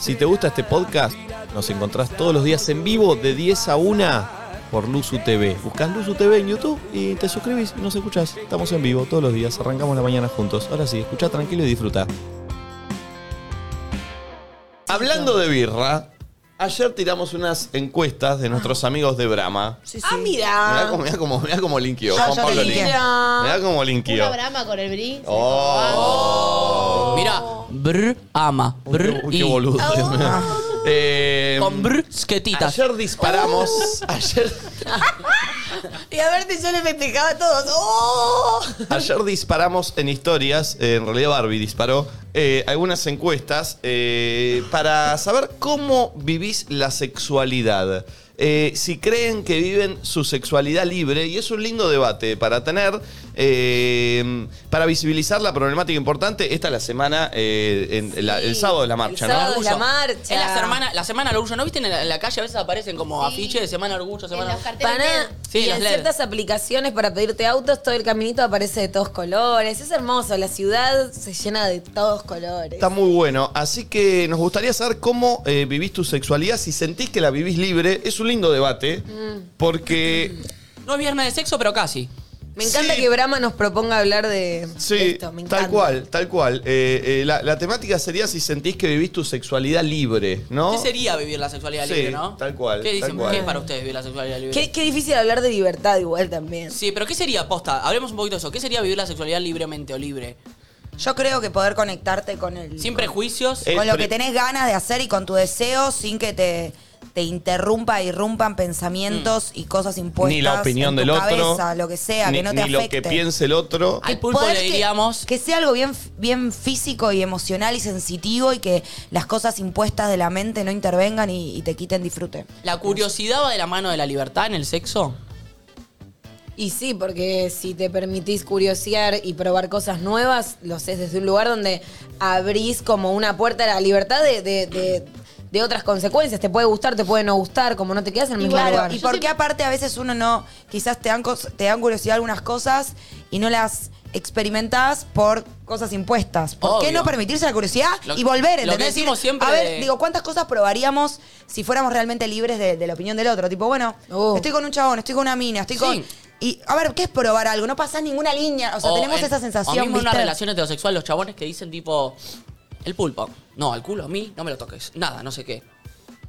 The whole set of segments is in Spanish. Si te gusta este podcast, nos encontrás todos los días en vivo de 10 a 1 por Luzu TV. Buscás Luzu TV en YouTube y te suscribís y nos escuchás. Estamos en vivo todos los días, arrancamos la mañana juntos. Ahora sí, escucha tranquilo y disfruta. Hablando de birra, ayer tiramos unas encuestas de nuestros amigos de Brahma. Sí, sí. Ah, Mirá mira. como, mirá como, mirá como linkió, Ya, Juan ya Pablo te dije. Link. Mirá como Una linkió. brama con el bris. Oh. Mira, brr, ama. Brr, Uy, y qué boludo. Eh, con brr, Oh. squetitas. ayer disparamos. Ayer. Y a verte yo le festejaba a todos. ¡Oh! Ayer disparamos en historias, eh, en realidad Barbie disparó, eh, algunas encuestas eh, para saber cómo vivís la sexualidad. Eh, si creen que viven su sexualidad libre, y es un lindo debate para tener, eh, para visibilizar la problemática importante, esta es la semana, eh, en- la- el sábado de la marcha, el ¿no? sábado. Orgullo. La marcha. Es la semana, la semana del orgullo. ¿No viste en la, en la calle? A veces aparecen como Sí. afiches de semana orgullo, semana En los orgullo. carteles. Para, Sí, y las en LED. ciertas aplicaciones para pedirte autos, todo el caminito aparece de todos colores. Es hermoso, la ciudad se llena de todos colores. Está muy bueno. Así que nos gustaría saber cómo eh, vivís tu sexualidad, si sentís que la vivís libre. Es un lindo debate, porque No es viernes de sexo, pero casi. Me encanta Sí. que Brahma nos proponga hablar de Sí, esto. Me encanta. tal cual, tal cual. Eh, eh, la, la temática sería si sentís que vivís tu sexualidad libre, ¿no? ¿Qué sería vivir la sexualidad Sí, libre, no? tal cual, ¿Qué dicen? tal cual. ¿Qué es para ustedes vivir la sexualidad libre? Qué, qué difícil hablar de libertad igual también. Sí, pero ¿qué sería, posta? Hablemos un poquito de eso. ¿Qué sería vivir la sexualidad libremente o libre? Yo creo que poder conectarte con el. Sin prejuicios. Eh, con lo pre- que tenés ganas de hacer y con tu deseo sin que te, te interrumpa, irrumpan pensamientos y cosas impuestas. Mm. Ni la opinión en tu del otro. cabeza, lo que sea, ni, que no te ni afecte. lo que piense el otro. Al pulpo Poder le que- diríamos- Que, sea algo bien, bien físico y emocional y sensitivo y que las cosas impuestas de la mente no intervengan y, y te quiten disfrute. ¿La curiosidad va de la mano de la libertad en el sexo? Y sí, porque si te permitís curiosear y probar cosas nuevas, lo sé, desde un lugar donde abrís como una puerta a la libertad de, de- de- de otras consecuencias. Te puede gustar, te puede no gustar, como no te quedas en el mismo Claro, lugar. Y Yo porque siempre- aparte a veces uno no, quizás te dan, cos- te dan curiosidad algunas cosas y no las experimentás por cosas impuestas. ¿Por qué Obvio. no permitirse la curiosidad Lo- y volver? lo que ¿entendés? decimos Decir, siempre A ver, de- digo, ¿cuántas cosas probaríamos si fuéramos realmente libres de, de la opinión del otro? Tipo, bueno, Oh. estoy con un chabón, estoy con una mina, estoy Sí. con... Y a ver, ¿qué es probar algo? No pasás ninguna línea. O sea, tenemos en- esa sensación. O mismo en una ¿viste? relación heterosexual, los chabones que dicen tipo, el pulpo. No, al culo, a mí, no me lo toques. Nada, no sé qué.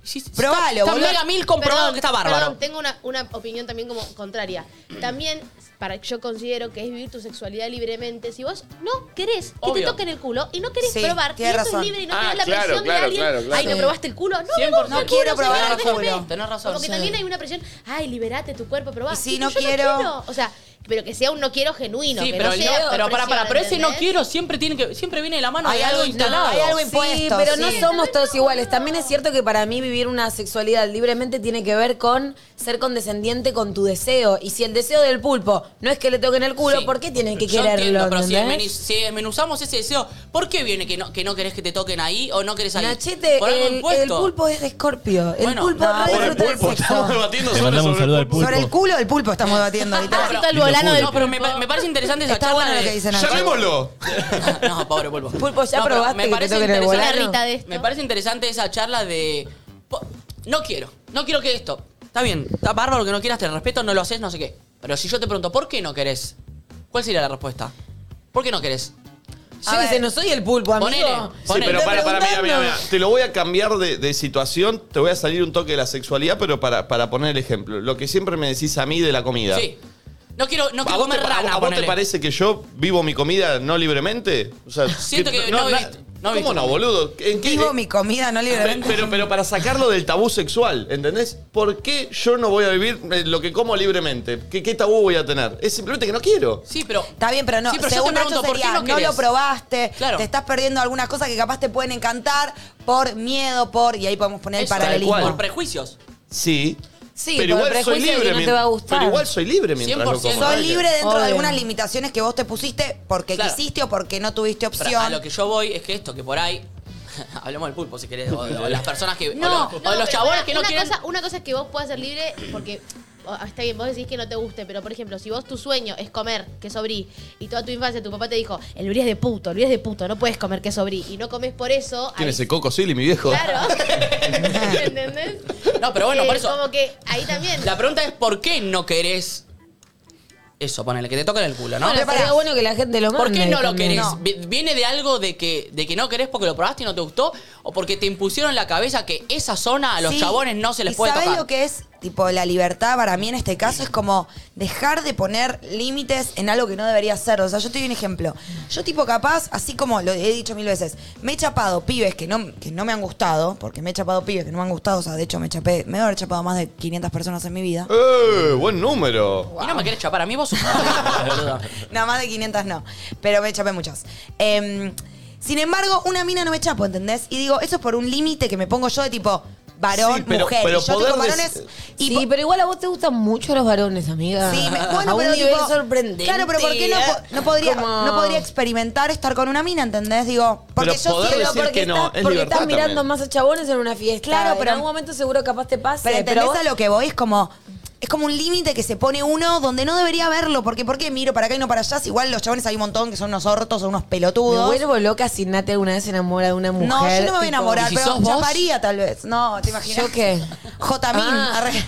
Sí, sí, Probalo, está- Está boludo. mega mil comprobado Perdón, que está bárbaro. perdón, tengo una, una opinión también como contraria. También, para yo considero que es vivir tu sexualidad libremente. Si vos no querés que te Obvio. toquen el culo y no querés Sí, probar, y tienes eso razón. es libre y no Ah, tenés la claro, presión claro, de alguien. claro, claro. Ay, no Sí. probaste el culo. No, no, no, 100%. no, No quiero probar señora, el culo. déjame. Tenés razón, Como que sí. también hay una presión, ay, liberate tu cuerpo, probá. Y si Sí, no yo quiero- O sea, pero que sea un no quiero genuino. sí, que pero, no el sea no- pero para, presión, para, pero ese no ¿entendés? quiero siempre tiene que, siempre viene de la mano Hay de algo algo in- no, instalado. hay algo Sí, Sí, impuesto, pero no sí. somos todos iguales. También es cierto que para mí vivir una sexualidad libremente tiene que ver con ser condescendiente con tu deseo. Y si el deseo del pulpo no es que le toquen el culo, ¿por qué tienen que Yo quererlo? entiendo, pero si, entendés? desmenu- si desmenuzamos ese deseo, ¿por qué viene que no, que no querés que te toquen ahí o no querés ahí? Nachete, Por algo el, el impuesto. pulpo es de escorpio. El Bueno, pulpo no, re Pobre disfruta del pulpo, estamos sexo. debatiendo Te sobre mandamos un sobre saludo al pulpo. Sobre el culo del pulpo estamos debatiendo Ah, ahorita. Necesito el Dilo, volano del pulpo. No, pero me, pa- me parece interesante esa Está charla bueno lo de- que dicen Nacho. ¡Llamémoslo! no, pobre pulpo. Pulpo, ¿ya No, pero probaste me que te parece toquen el interesante- volano? Rita de esto. Me parece interesante esa charla de. po- No quiero, no quiero que esto. Está bien, está bárbaro que no quieras, te respeto, no lo haces, no sé qué. Pero si yo te pregunto, ¿por qué no querés? ¿Cuál sería la respuesta? ¿Por qué no querés? Yo A ver. dice, no soy el pulpo, amigo. Ponele, Sí, ponele. pero Está para, para, mira, mira, mira. preguntando. Te lo voy a cambiar de, de situación, te voy a salir un toque de la sexualidad, pero para, para poner el ejemplo. Lo que siempre me decís a mí de la comida. Sí. No quiero, no ¿A quiero vos, te, comer a vos- rana, a vos te ponele. parece que yo vivo mi comida no libremente? O sea, Siento que no viviste- no ¿Cómo viviste no, comida. boludo? ¿En qué- Vivo en- mi comida no Pe- libremente. Pero, pero para sacarlo del tabú sexual, ¿entendés? ¿Por qué yo no voy a vivir eh, lo que como libremente? ¿Qué, qué tabú voy a tener? Es simplemente que no quiero. Sí, pero. Está bien, pero no. Sí, pero yo según te pregunto, Nacho ¿por qué sería, no querés? lo probaste, Claro. te estás perdiendo algunas cosas que capaz te pueden encantar por miedo, por. Y ahí podemos poner el Eso, paralelismo. cual. Por prejuicios. Sí. Sí, por prejuicio de que no mien- te va a gustar. Pero igual soy libre mientras lo 100%. como. Sos Obvio. libre dentro de Obvio. algunas limitaciones que vos te pusiste porque Claro. quisiste o porque no tuviste Pero opción. a lo que yo voy es que esto, que por ahí. Hablemos del pulpo si querés, o, o las personas que. o No, los- o no, los pero chabones pará, que no una quieren. Cosa, una cosa es que vos puedas ser libre porque o- está bien, vos decís que no te guste, pero por ejemplo, si vos tu sueño es comer queso brie y toda tu infancia tu papá te dijo, el brie es de puto, el brie es de puto, no puedes comer queso brie y no comes por eso. ¿Quién ahí- es el Coco Silly, mi viejo? Claro. ¿Entendés? No, pero bueno, Eh, por eso. Como que ahí también. La pregunta es: ¿por qué no querés eso? Ponele, que te toquen el culo, ¿no? Bueno, pará. sería bueno que la gente lo mande. ¿Por qué no lo también. querés? No. Vi- ¿Viene de algo de que, de que no querés porque lo probaste y no te gustó? ¿O porque te impusieron en la cabeza que esa zona a los Sí. chabones no se les ¿Y puede ¿Sabés tocar? lo que es? Tipo, la libertad para mí en este caso es como dejar de poner límites en algo que no debería ser. O sea, yo te doy un ejemplo. Yo, tipo, capaz, así como lo he dicho mil veces, me he chapado pibes que no, que no me han gustado, porque me he chapado pibes que no me han gustado. O sea, de hecho, me chapé, me he chapado más de 500 personas en mi vida. ¡Eh! ¡Buen número! Y no me querés chapar a mí, vos sos- Boludo. No, más de 500 no. Pero me chapé muchas. Em, sin embargo, una mina no me chapo, ¿entendés? Y digo, eso es por un límite que me pongo yo de tipo varón, Sí, pero- mujer. pero y yo estoy poder con dec- varones. y sí, po- pero igual a vos te gustan mucho los varones, amiga. Sí, me, bueno, a un pero nivel tipo, sorprendente. Claro, pero ¿por qué no, po- no podría, Como- no podría experimentar estar con una mina, ¿entendés? Digo, porque Pero yo poder sí- Pero decir porque que no, estás, es porque libertad estás mirando también. más a chabones en una fiesta. Claro, pero- en algún momento seguro capaz te pase. Pero entendés vos- a lo que voy, es como. Es como un límite que se pone uno donde no debería verlo. Porque ¿por qué miro para acá y no para allá? Si igual los chabones hay un montón que son unos hortos o unos Me pelotudos. vuelvo loca si Nate alguna vez se enamora de una mujer. No, yo no me voy a tipo- enamorar, ¿Y si pero sos vos? chaparía tal vez. No, ¿te imaginas? ¿Yo qué? Jotamín. Ah. arre,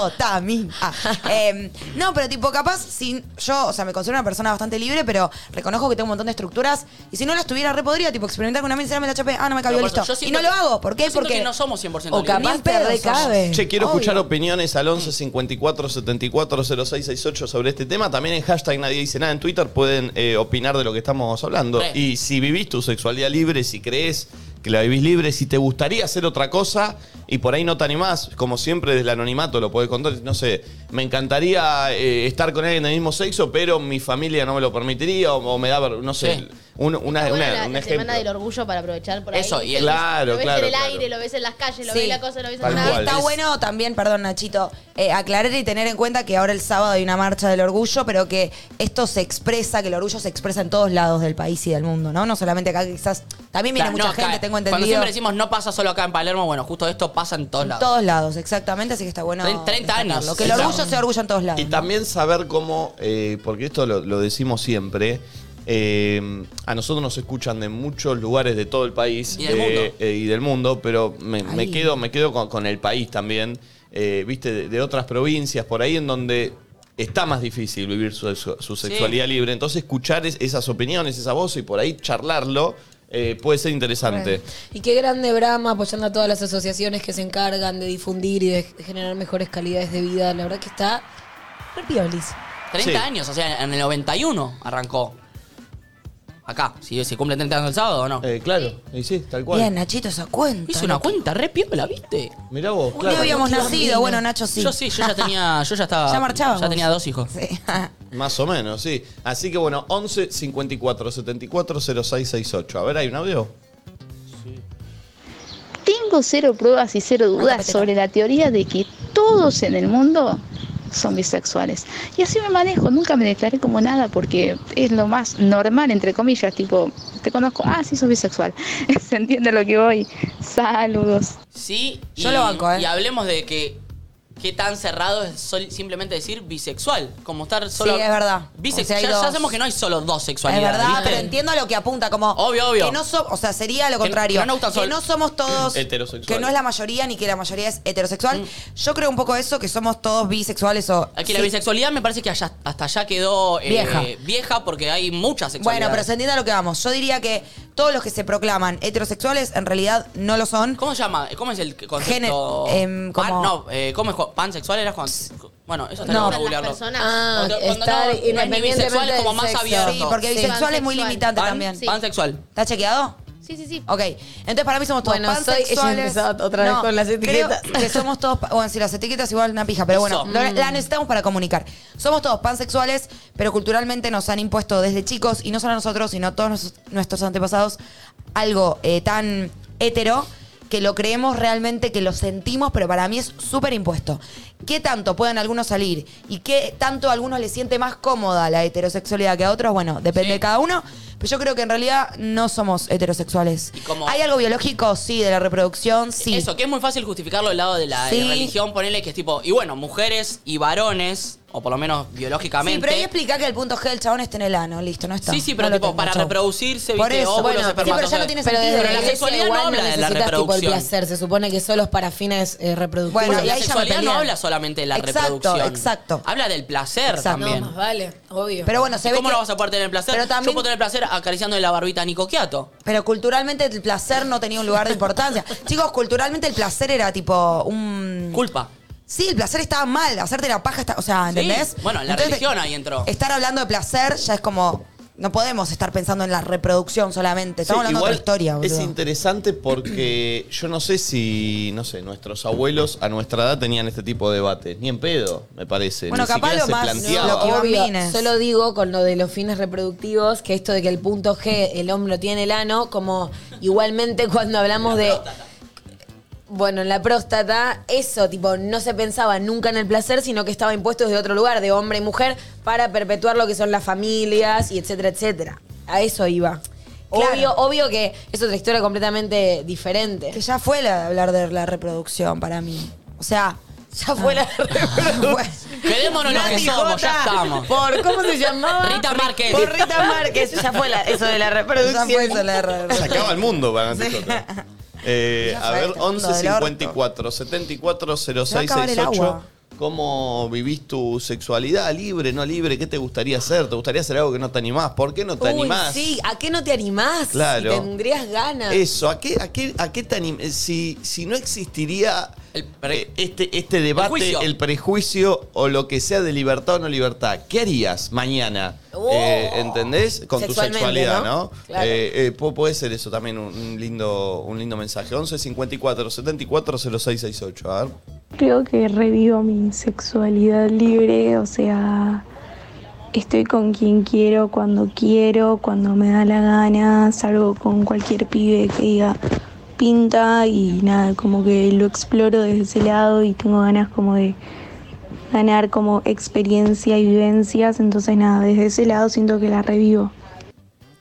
Jotamín. Ah, em, no, pero tipo, capaz, si yo, o sea, me considero una persona bastante libre, pero reconozco que tengo un montón de estructuras. Y si no las tuviera, re podría, tipo, experimentar con una mesa, me la chapé. Ah, no me Pero cabió, por eso, listo. yo Y siento no lo que- hago. ¿Por yo qué? siento Porque. que no somos 100% O libres. Ni capaz en te pedo recabe. Che, quiero Obvio. escuchar opiniones al 11 54 74 06 68 sobre este tema. También en hashtag Nadie Dice Nada en Twitter pueden eh, opinar de lo que estamos hablando. Re. Y si vivís tu sexualidad libre, si crees que la vivís libre, si te gustaría hacer otra cosa y por ahí no te animás, como siempre desde el anonimato lo podés contar. No sé, me encantaría eh, estar con alguien del mismo sexo, pero mi familia no me lo permitiría o, o me da, ver- no sé, Sí. un, una, Está una- buena la, un la semana del ejemplo. orgullo para aprovechar por Eso, ahí. y el- Claro, Lo ves claro, en el claro. aire, lo ves en las calles, lo Sí. ves en la cosa, lo ves Tal en nada. cual. Está es- bueno también, perdón Nachito, eh, aclarar y tener en cuenta que ahora el sábado hay una marcha del orgullo, pero que esto se expresa, que el orgullo se expresa en todos lados del país y del mundo, ¿no? No solamente acá, quizás también viene Claro, mucha no, acá- gente, tengo Cuando entendido. siempre decimos no pasa solo acá en Palermo, bueno, justo esto pasa en todos en lados. todos lados, exactamente, así que está bueno. Tre- 30 años. destacarlo, Que el orgullo Exacto. se orgullo en todos lados. Y también saber cómo, eh, porque esto lo, lo decimos siempre, eh, a nosotros nos escuchan de muchos lugares de todo el país Y del eh, mundo. eh, y del mundo, pero me, me Ahí. quedo, me quedo con, con el país también, eh, viste, de, de otras provincias, por ahí en donde está más difícil vivir su, su- su sexualidad libre. Entonces escuchar es- esas opiniones, esa voz y por ahí charlarlo eh, puede ser interesante. Y qué grande Brahma apoyando a todas las asociaciones que se encargan de difundir y de generar mejores calidades de vida. La verdad que está re piolis. 30 Sí. años, o sea, en el 91 arrancó. Acá, si se cumple 30 años el sábado o no. Eh, claro, y sí, tal cual. Bien, Nachito, esa cuenta. Hice una cuenta re piola, ¿viste? Mirá vos, No claro. habíamos Claro. nacido, bueno, Nacho sí. Yo sí, yo ya tenía, yo ya estaba. Ya marchábamos. Ya tenía dos hijos. Sí. Más o menos, sí. Así que bueno, 11 54 74 06 68. A ver, ¿hay un audio? Tengo cero pruebas y cero dudas sobre la teoría de que todos en el mundo son bisexuales. Y así me manejo, nunca me declaré como nada porque es lo más normal, entre comillas, tipo, te conozco, ah, sí, soy bisexual. ¿Se entiende a lo que voy? Saludos. Sí, Yo lo banco, ¿eh? Y hablemos de que. Qué tan cerrado es sol- simplemente decir bisexual. Como estar solo. Sí, es verdad. Bisex- O sea, hay ya, ya dos. sabemos que no hay solo Es dos sexualidades. verdad, ¿viste? pero entiendo a lo que apunta, como. Obvio, obvio. Que no so- o sea, sería lo Que- contrario. que no nos gustan sol- somos todos. Heterosexuales. Que no es la mayoría ni que la mayoría es heterosexual. Yo creo un poco eso, que somos todos bisexuales o. Mm. Aquí sí. la bisexualidad me parece que allá- hasta allá quedó eh, Vieja. vieja porque hay muchas sexualidades. Bueno, pero se entiende a lo que vamos. Yo diría que todos los que se proclaman heterosexuales en realidad no lo son. ¿Cómo se llama? ¿Cómo es el concepto? Género, em, Pan- como- no, eh, ¿cómo es? co- ¿Pansexual era cuando...? Bueno, eso está No. que Las googlearlo. personas. Ah, Cuando- cuando estar no- no es ni independientemente bisexual, es del como más sexo. abierto. Sí, porque Sí. bisexual es muy Pansexual. limitante Pan- también. Sí. Pansexual. ¿Está chequeado? Sí, sí, sí. Ok, entonces para mí somos todos Bueno, soy- ella pansexuales. empezó otra vez con las creo etiquetas. que somos todos, pa- bueno, si las etiquetas igual una pija, pero bueno, Eso. lo- la Mm. necesitamos para comunicar. Somos todos pansexuales, pero culturalmente nos han impuesto desde chicos, y no solo a nosotros, sino a todos nos- nuestros antepasados, algo eh, tan hetero que lo creemos realmente, que lo sentimos, pero para mí es súper impuesto. ¿Qué tanto pueden algunos salir y qué tanto a algunos les siente más cómoda la heterosexualidad que a otros? Bueno, depende Sí. de cada uno, Pero yo creo que en realidad no somos heterosexuales. ¿Y cómo? Hay algo biológico, sí, de la reproducción, sí. Eso, que es muy fácil justificarlo del lado de la eh, Sí. religión, ponerle que es tipo, y bueno, mujeres y varones, o por lo menos biológicamente. Sí, pero ahí explica que el punto G del chabón está en el ano, listo, no está. Sí, sí, pero No lo tipo, tengo, para chau. reproducirse, Por viste, eso, óvulos, bueno, sí, pero ya espermatozoides. no tiene Pero sentido, pero desde la iglesia sexualidad igual no habla de la necesitas, tipo, el reproducción. placer. Se supone que solo es para fines eh, reproductivos. Bueno, Bueno, y la ahí ya me sexualidad no peleé. habla solamente de la Exacto, reproducción. exacto. Habla del placer Exacto. también. No, más vale, obvio. Pero bueno, se ve ¿Cómo que- no vas a poder tener placer? Pero también- Yo puedo tener placer acariciando la barbita a Nico Quiato. Pero culturalmente el placer no tenía un lugar de importancia. Chicos, culturalmente el placer era tipo un... Culpa. Sí, el placer estaba mal, hacerte la paja, está- o sea, ¿entendés? bueno, en la religión ahí entró. eh, Estar hablando de placer ya es como... No podemos estar pensando en la reproducción solamente, estamos Sí, hablando igual de otra historia, Es boludo. interesante porque yo no sé si, no sé, nuestros abuelos a nuestra edad tenían este tipo de debate. Ni en pedo, me parece. Bueno, Ni capaz siquiera lo se más- planteaba. lo que iba- Obvio, bambines. solo digo con lo de los fines reproductivos, que esto de que el punto G, el hombro tiene el ano, como igualmente cuando hablamos de... Bueno, en la próstata, eso, tipo, no se pensaba nunca en el placer, sino que estaba impuesto desde otro lugar, de hombre y mujer, para perpetuar lo que son las familias y etcétera, etcétera. A eso iba. Claro. Obvio, obvio que es otra historia completamente diferente. Que ya fue la de hablar de la reproducción para mí. O sea... Ah. ya fue la Quedémonos en lo que Nati somos, Jota, ya estamos. Por, ¿Cómo se llamaba? Rita Márquez. Por Rita Márquez. Ya fue la- eso de la ya reproducción. fue eso, la Se reproducción. acaba el mundo para nosotros. Eh, Ya a fue, ver, este mundo 11 del orto. 54 74 Se va a acabar el 0668. agua. ¿Cómo vivís tu sexualidad? ¿Libre, no libre? ¿Qué te gustaría hacer? ¿Te gustaría hacer algo que no te animás? ¿Por qué no te Uy, animás? Sí, ¿a qué no te animás? Claro. Si tendrías ganas. Eso, ¿a qué, a qué, a qué te anim- Si, si no existiría El pre- eh, este, este debate, Prejuicio. el, prejuicio o lo que sea de libertad o no libertad, ¿qué harías mañana? Uh. Oh. Eh, ¿Entendés? Con tu Sexualmente, sexualidad, ¿no? ¿no? Claro. Eh, eh, pu- puede ser eso también un, un lindo, un lindo mensaje. 11 54 74 0668. A ver. Creo que revivo mi sexualidad libre, o sea, estoy con quien quiero, cuando quiero, cuando me da la gana, salgo con cualquier pibe que diga pinta y nada, como que lo exploro desde ese lado y tengo ganas como de ganar como experiencia y vivencias, entonces nada, desde ese lado siento que la revivo.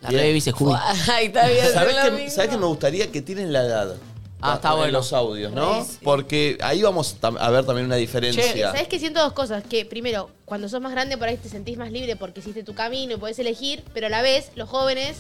La revivís, Scooby. Ay, está bien. ¿Sabés lo que, mismo. sabés que me gustaría que tienen la edad? Ah, está En bueno. los audios, ¿no? Porque ahí vamos tam- a ver también una diferencia. ¿Sabes que siento dos cosas? Que primero, cuando sos más grande por ahí te sentís más libre porque hiciste tu camino y podés elegir, pero a la vez los jóvenes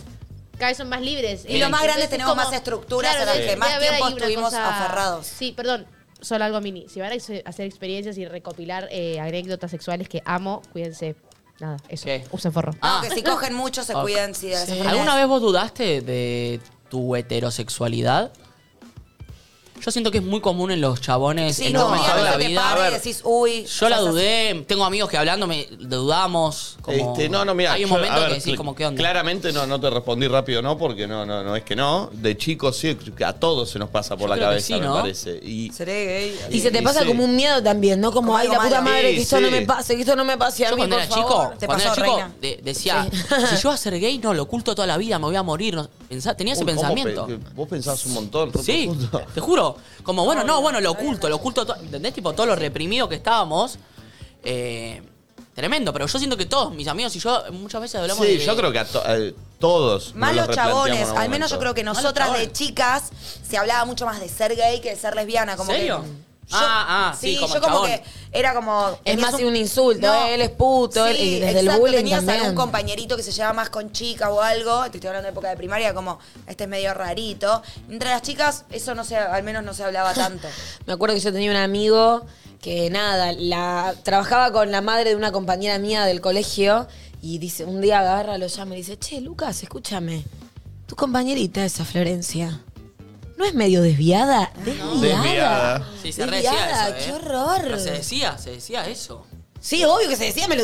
cada vez son más libres. Y los más grandes es tenemos más estructuras a las debe- que más debe haber tiempo ahí una estuvimos aferrados. Sí, perdón, solo algo mini. Si van a ex- hacer experiencias y recopilar eh, anécdotas sexuales que amo, cuídense. Nada, eso. ¿Qué? Usen forro. Ah. No, que si cogen mucho se Ok. cuidan, si de ¿Alguna vez vos dudaste de tu heterosexualidad? Yo siento que es muy común en los chabones Sí, en no, un momento de algo la que te vida. pare A y ver, decís, uy. yo la ya dudé, tengo amigos que hablando me dudamos. Como, Este, no, no, mira. Hay un momento que decís, como, ¿qué onda? Claramente no, no te respondí rápido, no, porque no, no, no es que no. De chicos sí, a todos se nos pasa por la Yo creo que cabeza, sí, me ¿no? parece. Y, Seré gay. Y se te Y pasa sí. como un miedo también, ¿no? Como, Como ay, la algo puta malo. madre, que esto Sí, no sí. me pase, que esto no me pase a Yo mí, cuando por era favor. chico, Te cuando pasó, era chico reina. de- decía, si yo voy a ser gay, no, lo oculto toda la vida, me voy a morir. no- pensá- tenía ese Uy, ¿cómo pensamiento. pe- vos pensás un montón. Roto Sí, Punto. te juro. Como, bueno, no, bueno, lo oculto, lo oculto. to- ¿Entendés? Tipo, todo lo reprimido que estábamos. eh, tremendo, pero yo siento que todos mis amigos y yo muchas veces hablamos Sí, de... yo creo que a, to- a todos. nos Malos lo replanteamos en chabones. algún Al menos yo momento. creo que Malos nosotras de chabones. chicas se hablaba mucho más de ser gay que de ser lesbiana. Como ¿En serio? Que, yo- Ah, ah, sí, como yo como chabón. que era como. Es tenías más un insulto, eh, él es puto, él- y desde el exacto, bullying tenías también. algún compañerito que se llevaba más con chicas o algo, te estoy hablando de época de primaria, como este es medio rarito. Entre las chicas, eso no se, al menos no se hablaba tanto. Me acuerdo que yo tenía un amigo que nada, la trabajaba con la madre de una compañera mía del colegio y dice, un día agarra, lo llama y dice, che, Lucas, escúchame, tu compañerita esa Florencia, ¿no es medio desviada? Desviada. Desviada. Sí, se re Desviada, decía eso, ¿eh? qué horror. Pero se decía, se decía eso. Sí, obvio que se decía, me lo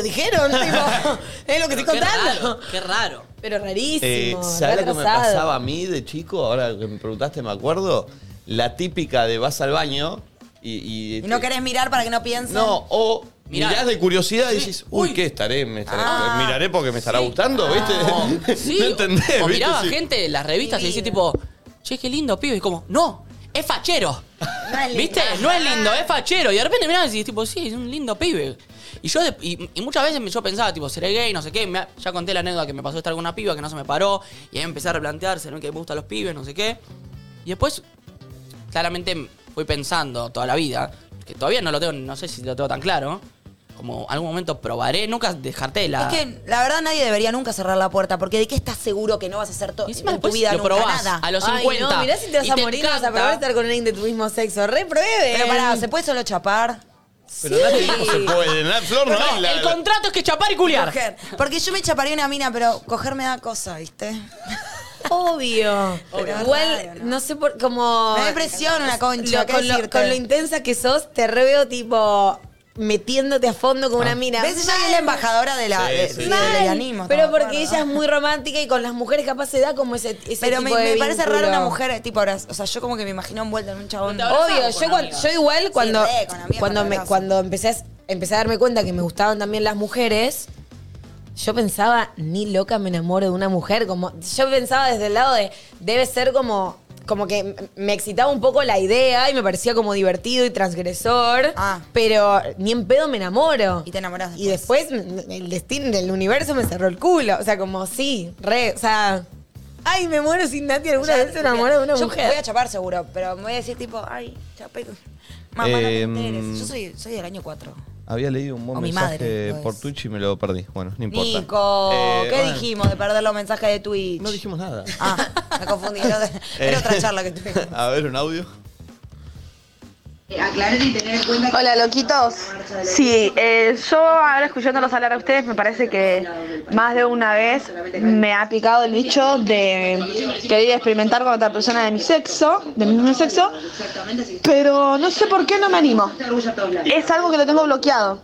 dijeron. tipo, es lo que Pero estoy qué contando. raro, qué raro. Pero rarísimo. Eh, ¿Sabes re lo que me atrasado. pasaba a mí de chico? Ahora que me preguntaste, me acuerdo. La típica de vas al baño y. Y no querés mirar para que no piensen. No, o Mirá. mirás de curiosidad y Sí. decís, uy, Uy. ¿qué estaré? ¿Me estará- Ah. miraré porque me estará Sí. Ah. gustando, ¿viste? Sí, no entendés, ¿viste? o miraba Sí. gente en las revistas y decía Divino. tipo, che, qué lindo, pibe. Y como, no, es fachero. No es lindo. ¿Viste? No es lindo, es fachero. Y de repente mirás y decís tipo, sí, es un lindo pibe. Y yo de- y, y muchas veces yo pensaba, tipo, seré gay, no sé qué. Me- ya conté la anécdota que me pasó de estar con una piba que no se me paró. Y ahí me empecé a replantear, será que me gustan los pibes, no sé qué. Y después, claramente fui pensando toda la vida, que todavía no lo tengo, no sé si lo tengo tan claro. Como algún momento probaré, nunca dejarte la. Es que la verdad nadie debería nunca cerrar la puerta, porque de qué estás seguro que no vas a hacer todo Y en encima tu después vida lo nunca probás nada. a los Ay, 50. no, mirá si te vas Y a morir, vas a encanta. probar estar con alguien de tu mismo sexo. ¡Re pruebe! Pero pará, ¿se puede solo chapar? Pero Nati no se puede. Nat Flor no, No, hay la- el contrato es que chapar y culiar. Coger. Porque yo me chaparé una mina, pero coger me da cosa, ¿viste? Obvio. Pero Igual, es raro, no. ¿no? sé por como. Me da impresión una concha, Lo- ¿qué con, lo, decirte? con lo intensa que sos, te re veo tipo metiéndote a fondo con una mina. Ah. ¿Ves? Ella es la embajadora de la, Sí, de- sí. del Mal, lesbianismo, pero estamos de porque acuerdo. ella es muy romántica y con las mujeres capaz se da como ese, ese Pero me, tipo de me parece vínculo. raro una mujer, eh, tipo, ahora, o sea, yo como que me imagino envuelta en un chabón. No te Obvio, Abrazamos yo, con igual- amigas. yo igual cuando, re, con amigas, cuando, con me, abrazo. cuando empecé, a, empecé a darme cuenta que me gustaban también las mujeres, yo pensaba, ni loca me enamoro de una mujer. Como, yo pensaba desde el lado de, debe ser como, como que m- me excitaba un poco la idea y me parecía como divertido y transgresor, Ah. pero ni en pedo me enamoro. Y te enamorás Y después mm, el destino del universo me cerró el culo. O sea, como sí, re, o sea... Ay, me muero sin Nati alguna Ya, vez se enamora de una yo mujer. voy a chapar seguro, pero me voy a decir tipo, ay, chapé. Mamá, no te Eh, enteres. Yo soy, soy del año 4. Había leído un buen O Oh, mi mensaje madre, lo por es. Twitch y me lo perdí. Bueno, no importa. Nico, Eh, ¿qué bueno, dijimos de perder los mensajes de Twitch? No dijimos nada. Ah, me confundí. no sé. Eh. Era otra charla que tuvimos. A ver, un audio. Hola, loquitos. Sí, eh, yo ahora escuchándolos hablar a ustedes me parece que más de una vez me ha picado el bicho de querer experimentar con otra persona de mi sexo, de mi mismo sexo, pero no sé por qué no me animo. Es algo que lo tengo bloqueado,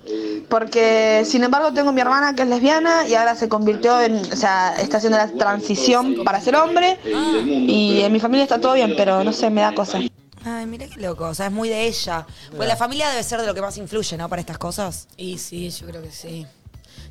porque sin embargo tengo mi hermana que es lesbiana y ahora se convirtió en, o sea, está haciendo la transición para ser hombre y en mi familia está todo bien, pero no sé, me da cosa. Ay, mira qué loco. O sea, es muy de ella. Pues la familia debe ser de lo que más influye, ¿no? Para estas cosas. Y sí, yo creo que sí.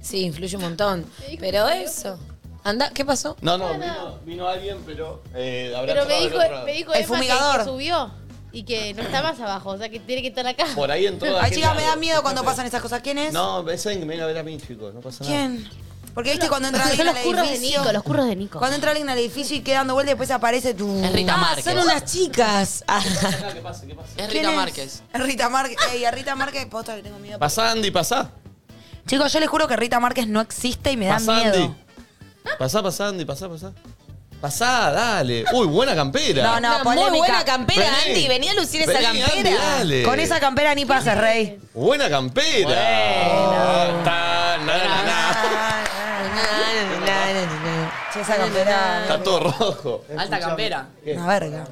Sí, influye un montón. Pero eso. Anda, ¿qué pasó? No, no, vino, vino alguien, pero. Eh, habrá Pero me chocado del dijo, otro lado. me dijo El Emma que, fumigador. que subió y que no está más abajo, o sea que tiene que estar acá. Por ahí entró. Ay, aquel chicas, me lado. da miedo cuando pasan estas cosas. ¿Quién es? No, es alguien que me viene a ver a mí, chicos. No pasa nada. ¿Quién? Porque viste cuando entra Son alguien los al curros de edificio. Nico, los curros de Nico. Cuando entra alguien al edificio y queda dando vuelta y después aparece tu. Ah, Es Rita Márquez. Son unas chicas. Ah, Es ¿Quién Rita es? Márquez. Es Rita Márquez. Ey, a Rita Márquez, posta que tengo miedo. Pasá, Andy, pasá. Chicos, yo les juro que Rita Márquez no existe y me da Pasá, miedo. Andy. Pasá, pasá, Andy, pasá, pasá. Pasá, dale. Uy, buena campera. No, no, una polémica. muy buena campera, Vení. Andy. Venía a lucir esa Vení, Andy, campera. dale. Con esa campera ni pasas, Rey. Buena campera. Ta, na, na, na. Che, esa campera. Está todo rojo. Alta campera. Una verga.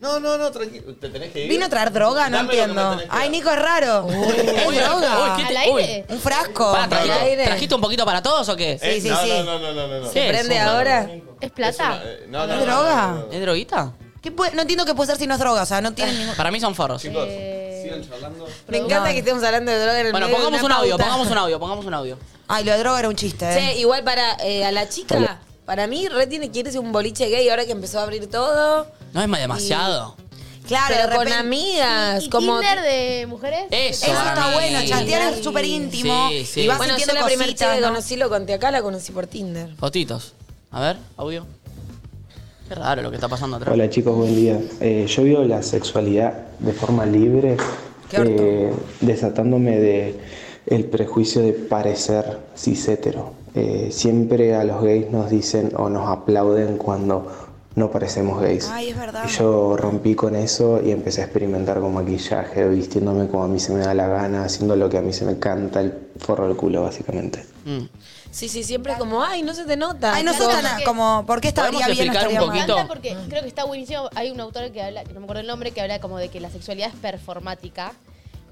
No, no, no, tranquilo. Te tenés que ir. ¿Vino a traer droga? No Dame lo que me entiendo. tenés que Ay, dar. Nico, es raro. Uy, Es droga. uy, ¿qué ¿Al te- aire? Un frasco. Pará, No, no. ¿trajiste, trajiste un poquito para todos o qué? Eh, sí, no, sí. No, no, no, no, no. no. ¿Qué es? ¿Prende ahora? ¿Es plata? Eh, No, no, ¿Es no, droga? no, no, no. ¿Es droguita? ¿Qué puede- no entiendo qué puede ser si no es droga. O sea, no tiene ningún. Para mí son forros. Chicos, Eh, sigan charlando. Me encanta que estemos hablando de droga en el Bueno, medio de pongamos una un audio, pauta. pongamos un audio, pongamos un audio. Ay, lo de droga era un chiste, Che, ¿eh? igual para eh, a la chica, para mí re tiene que irse un boliche gay ahora que empezó a abrir todo. No es demasiado. Claro, pero de repente- con amigas, ¿Y como Eh, Tinder de mujeres? Eso. Eso está Ay. bueno, chatear es súper íntimo. Sí, sí. Y vas bueno, yo sintiendo la primera cositas, chica que ¿no? conocí lo conté acá, la conocí por Tinder. Fotitos. A ver, audio. Qué raro lo que está pasando atrás. Hola chicos, buen día. Eh, yo vivo la sexualidad de forma libre, Qué harto. eh, desatándome de el prejuicio de parecer cis hetero. Eh, siempre a los gays nos dicen o nos aplauden cuando no parecemos gays. Ay, es verdad. Y yo rompí con eso y empecé a experimentar con maquillaje, vistiéndome como a mí se me da la gana, haciendo lo que a mí se me canta, el forro del culo básicamente. Mm. Sí, sí, siempre como, ay, no se te nota. Ay, no sos Tipo, tan. Como, ¿por qué estaría ¿Podemos bien o explicar un estaría mal? poquito? Basta porque Ah. creo que está buenísimo. Hay un autor que habla, que no me acuerdo el nombre, que habla como de que la sexualidad es performática.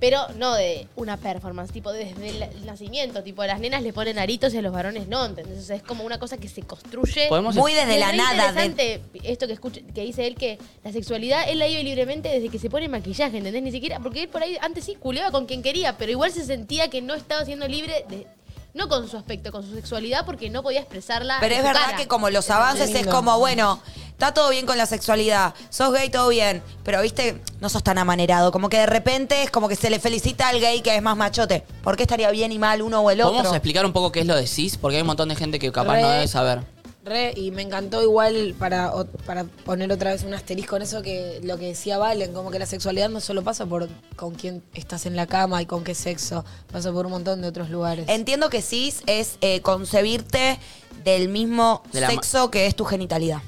Pero no de una performance, tipo desde el nacimiento, tipo las nenas le ponen aritos y a los varones no, ¿entendés? O sea, es como una cosa que se construye. Podemos Muy desde Y es la re nada. de- interesante esto que, escucha- que dice él, que la sexualidad él la vive libremente desde que se pone maquillaje, ¿entendés? Ni siquiera, porque él por ahí antes sí culeaba con quien quería, pero igual se sentía que no estaba siendo libre, de- no con su aspecto, con su sexualidad, porque no podía expresarla. Pero en es su verdad cara. que como los avances es lindo. como, bueno, está todo bien con la sexualidad, sos gay, todo bien, pero viste, no sos tan amanerado. Como que de repente es como que se le felicita al gay que es más machote. ¿Por qué estaría bien y mal uno o el otro? ¿Podemos explicar un poco qué es lo de cis? Porque hay un montón de gente que capaz no Re. debe saber. Re, y me encantó igual para, o- para poner otra vez un asterisco en eso que lo que decía Valen, como que la sexualidad no solo pasa por con quién estás en la cama y con qué sexo, pasa por un montón de otros lugares. Entiendo que cis es eh, concebirte del mismo De la ma- sexo que es tu genitalidad.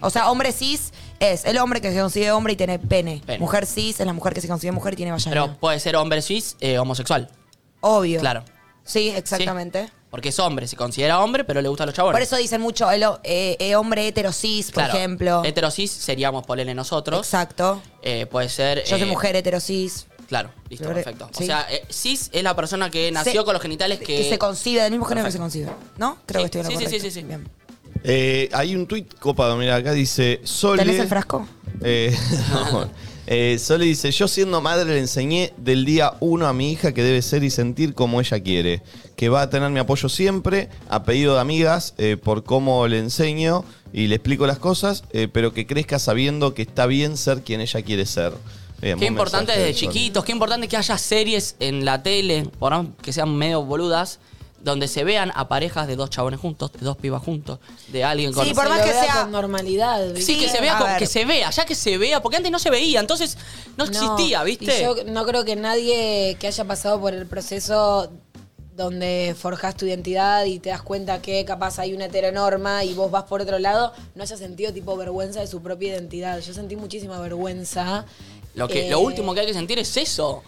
O sea, hombre cis es el hombre que se consigue hombre y tiene pene. Pene. Mujer cis es la mujer que se consigue mujer y tiene vagina. Pero puede ser hombre cis eh, homosexual. Obvio. Claro. Sí, exactamente. Porque es hombre, se considera hombre, pero le gustan los chabones. Por eso dicen mucho el ho- eh, eh, hombre hetero cis, por Claro, ejemplo. Heterosis seríamos ponerle nosotros. Exacto. Eh, puede ser. Yo soy eh, mujer hetero cis. Claro, listo, Yo creo- perfecto. O sí. sea, eh, cis es la persona que nació Se- con los genitales que. se concibe, del mismo género que se Perfecto. concibe. ¿No? Creo Sí, que estoy en lo sí, sí, correcto. sí, sí, sí. Bien. Eh, hay un tuit copado, mira, acá dice Sole. ¿Tenés el frasco? Eh, no. Eh, Sole dice: Yo siendo madre le enseñé del día uno a mi hija que debe ser y sentir como ella quiere. Que va a tener mi apoyo siempre, a pedido de amigas, eh, por cómo le enseño y le explico las cosas, eh, pero que crezca sabiendo que está bien ser quien ella quiere ser. Bien, Qué buen importante mensaje desde de Sole. chiquitos, qué importante que haya series en la tele, por más que sean medio boludas, donde se vean a parejas de dos chabones juntos, de dos pibas juntos, de alguien con. Sí, por Se más lo que vea sea- con normalidad. Sí, ¿viste? que se vea, A con- ver. que se vea, ya que se vea, porque antes no se veía, entonces no existía, ¿viste? Y yo no creo que nadie que haya pasado por el proceso donde forjas tu identidad y te das cuenta que capaz hay una heteronorma y vos vas por otro lado, no haya sentido tipo vergüenza de su propia identidad. Yo sentí muchísima vergüenza. Lo, que, Eh, lo último que hay que sentir es eso.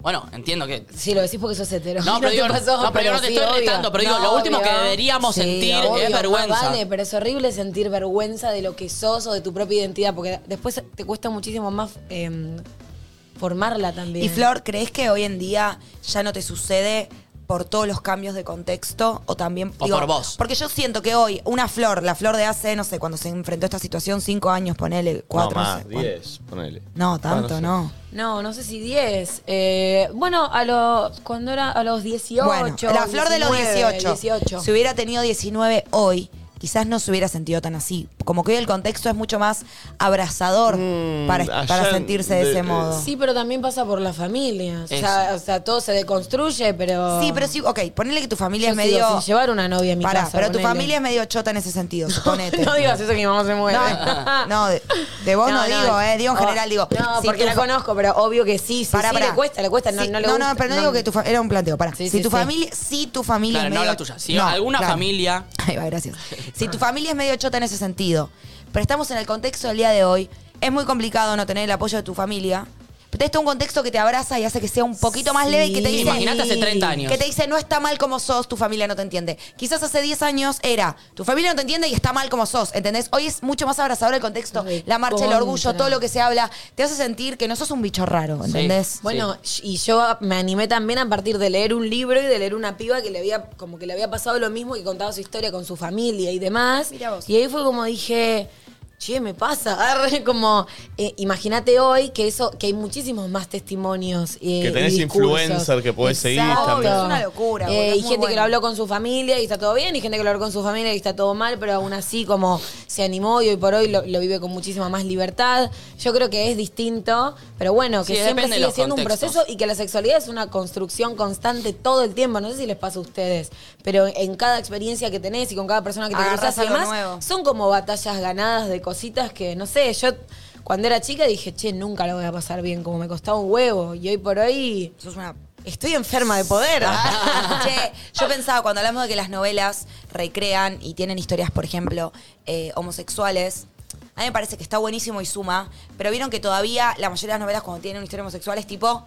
Bueno, entiendo que. Sí, lo decís porque sos hetero. No, pero te digo, no, pasó, no, pero yo no te sí, estoy obvio. retando, pero digo, No, lo último obvio. que deberíamos Sí, sentir Obvio, es más vergüenza. Vale, pero es horrible sentir vergüenza de lo que sos o de tu propia identidad, porque después te cuesta muchísimo más em, formarla también. Y Flor, ¿crees que hoy en día ya no te sucede por todos los cambios de contexto o también O por vos. Porque yo siento que hoy una flor, la flor de hace, no sé, cuando se enfrentó a esta situación, cinco años, ponele, cuatro, no, no, más, sé, cuánto. 10, ponele. No, tanto, Ah, sé. no. No, no sé si 10. Eh, bueno, a los cuando era a los 18. Bueno, la flor de los 19, 18. 18. Si hubiera tenido 19 hoy, quizás no se hubiera sentido tan así. Como que hoy el contexto es mucho más abrazador Mm, para, para allá sentirse de, de- ese de- modo. Sí, pero también pasa por la familia. O sea, Eso. o sea, todo se deconstruye, pero. Sí, pero sí, ok, ponele que tu familia Yo es sigo medio. sin llevar una novia en mi Pará, casa. pero tu ponele. familia es medio chota en ese sentido, suponete. No digas eso que mi mamá se muere. No, no, de, de vos no, digo, eh, digo en Oh, general, digo. No, si porque tu la fa- conozco, pero obvio que sí. sí, Pará, sí, pará. le cuesta, le cuesta. No, Sí, no le no, gusta. pero no, digo que tu fa- era un planteo, para. Sí, si sí, tu sí. familia, si tu familia Claro, es no medio- la tuya. Si alguna familia- Ahí va, gracias. Si tu familia es medio chota en ese sentido, pero estamos en el contexto del día de hoy, es muy complicado no tener el apoyo de tu familia. Pero tenés todo un contexto que te abraza y hace que sea un poquito más leve y que te Sí. dice. Imagínate hace 30 años. Que te dice, no está mal como sos, tu familia no te entiende. Quizás hace 10 años era, tu familia no te entiende y está mal como sos, ¿entendés? Hoy es mucho más abrazador el contexto, Re la marcha, el contra. orgullo, todo lo que se habla, te hace sentir que no sos un bicho raro, ¿entendés? Bueno, y yo me animé también a partir de leer un libro y de leer una piba que le había, como que le había pasado lo mismo y contaba su historia con su familia y demás. Mirá vos. Y ahí fue como dije, che, me pasa. Arre, como, eh, imagínate hoy que eso, que hay muchísimos más testimonios. eh, Que y tenés discursos. influencer que podés seguir también. Es una locura, boludo, Eh, es y muy gente que bueno. lo habló con su familia y está todo bien, y gente que lo habló con su familia y está todo mal, pero aún así como se animó y hoy por hoy lo, lo vive con muchísima más libertad. Yo creo que es distinto, pero bueno, que Sí, siempre depende de sigue los siendo un contextos. proceso y que la sexualidad es una construcción constante todo el tiempo. No sé si les pasa a ustedes, pero en cada experiencia que tenés y con cada persona que te Agarrás cruzas y algo demás, nuevo. son como batallas ganadas de cositas que, no sé, yo cuando era chica dije, che, nunca lo voy a pasar bien, como me costaba un huevo. Y hoy por hoy Sos una estoy enferma de poder. Che, yo pensaba cuando hablamos de que las novelas recrean y tienen historias, por ejemplo, eh, homosexuales. A mí me parece que está buenísimo y suma, pero vieron que todavía la mayoría de las novelas cuando tienen una historia homosexual es tipo,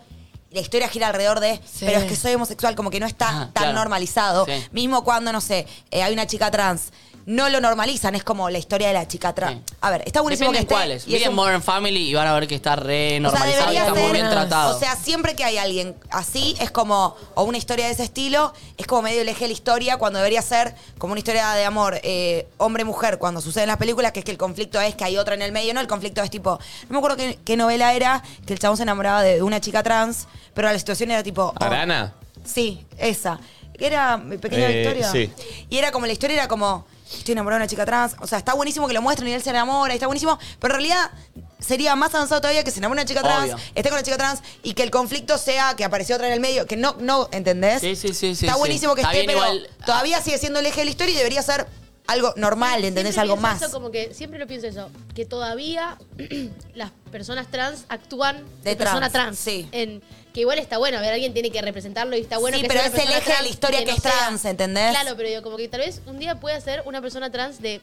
la historia gira alrededor de, Sí. pero es que soy homosexual, como que no está Ah, tan claro. normalizado. Sí. Mismo cuando, no sé, eh, hay una chica trans, no lo normalizan, es como la historia de la chica trans. Sí. A ver, está buenísimo Depende en que esté, cuáles. y es Miren un- Modern Family y van a ver que está re normalizado y debería está muy ser- bien tratado. O sea, siempre que hay alguien así, es como, o una historia de ese estilo, es como medio el eje de la historia, cuando debería ser como una historia de amor eh, hombre-mujer, cuando sucede en las películas, que es que el conflicto es que hay otra en el medio, ¿no? El conflicto es tipo, no me acuerdo qué, qué novela era, que el chabón se enamoraba de una chica trans, pero la situación era tipo... oh, ¿Arana? Sí, esa. Era mi pequeña Eh, victoria. sí. Y era como, la historia era como, estoy enamorado de una chica trans. O sea, está buenísimo que lo muestren y él se enamora, y está buenísimo, pero en realidad sería más avanzado todavía que se enamore una chica trans, Obvio. esté con una chica trans y que el conflicto sea que apareció otra en el medio, que no, no ¿entendés? Sí, sí, sí, sí, Está sí. buenisimo que Está esté, bien pero igual. todavía sigue siendo el eje de la historia y debería ser algo normal, ¿entendés? Siempre Algo pienso más. Eso, como que siempre lo pienso eso, que todavía las personas trans actúan de, De persona trans, trans. sí. En, que igual está bueno, a ver, alguien tiene que representarlo y está bueno Sí, que pero sea una es el persona eje de la trans historia que es sea- trans, ¿entendés? Claro, pero digo, como que tal vez un día pueda ser una persona trans de,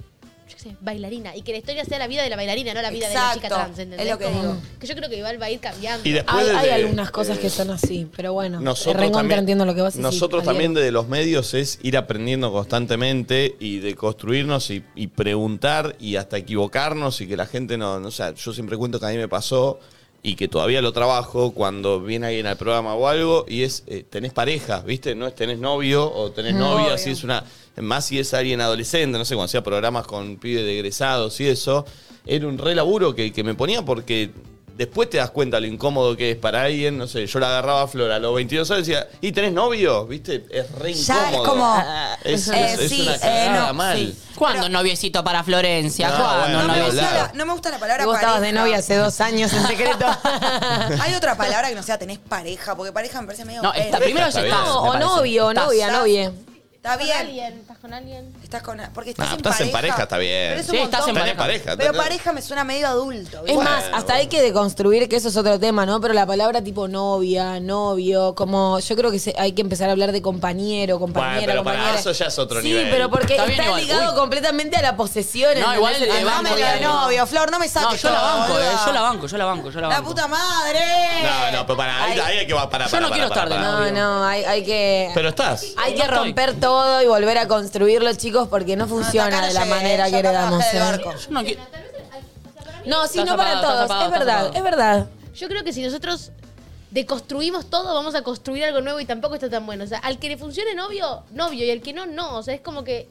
yo qué sé, bailarina. Y que la historia sea la vida de la bailarina, no la vida de la chica Exacto, trans, ¿entendés? es lo que Como digo. Que yo creo que igual va a ir cambiando. Y después Hay, de- hay de- algunas cosas que son así, pero bueno. Nosotros recontra también, entiendo lo que vas a decir. nosotros Javier. también desde los medios es ir aprendiendo constantemente y de construirnos y, y preguntar y hasta equivocarnos y que la gente no, no- O sea, yo siempre cuento que a mí me pasó y que todavía lo trabajo cuando viene alguien al programa o algo y es, eh, tenés pareja, ¿viste? No es tenés novio o tenés novia, si es una... Más si es alguien adolescente, no sé, cuando hacía programas con pibes de egresados y eso, era un re laburo que, que me ponía porque Después te das cuenta lo incómodo que es para alguien, no sé, yo la agarraba a Flor a los 22 años y decía, ¿y tenés novio? ¿Viste? Es re Ya, incómodo. es como, Es, eh, es- es sí, una eh, cagada no, mal. sí. ¿Cuándo noviecito para Florencia? No, ¿Cuándo No bueno, me, había noviecito? gusta hablado. la, no me gusta la palabra Vos estabas de pareja. novia hace dos años en secreto. Hay otra palabra que no sea tenés pareja, porque pareja me parece medio. No, pelo. está, primero Está ya bien. estás. No, me o parece. novio, o Estás. novia, ¿Estás? novia. Está ¿Estás con bien. alguien? ¿Estás con alguien? Estás con. Porque estás, No, en, estás pareja. en pareja, está bien. Pero es un Sí, estás montón. en Tenés pareja. Pero tenés- pareja me suena medio adulto. Es ¿viste? más, Bueno, hasta hay que deconstruir que eso es otro tema, ¿no? Pero la palabra tipo novia, novio, como yo creo que se- hay que empezar a hablar de compañero, compañera, Bueno, pero para compañera. eso ya es otro sí, nivel. pero porque Está está, bien igual, ligado uy. completamente a la posesión. No, ¿entendés? igual le Ah, banco Dame me la bien. de novio, Flor, no me saques. No, yo la todo, banco, eh, boluda. yo la banco, yo la banco, yo la La banco. puta madre. No, no, pero para, ahí, ahí hay que va para, Yo para, no para, quiero para, estar de para. novio. No, no, hay, hay que. Pero estás. hay no que estoy. romper todo y volver a construirlo, chicos, porque no funciona Hasta acá de no la llegué, manera yo que acá heredamos. bajé del ¿eh? barco. Yo no quiero. No, sí, Estás no para apagado, estás apagado, todos. es estás verdad, apagado. es verdad. Yo creo que si nosotros deconstruimos todo, vamos a construir algo nuevo y tampoco está tan bueno. O sea, al que le funcione novio, novio, y al que no, no. O sea, es como que.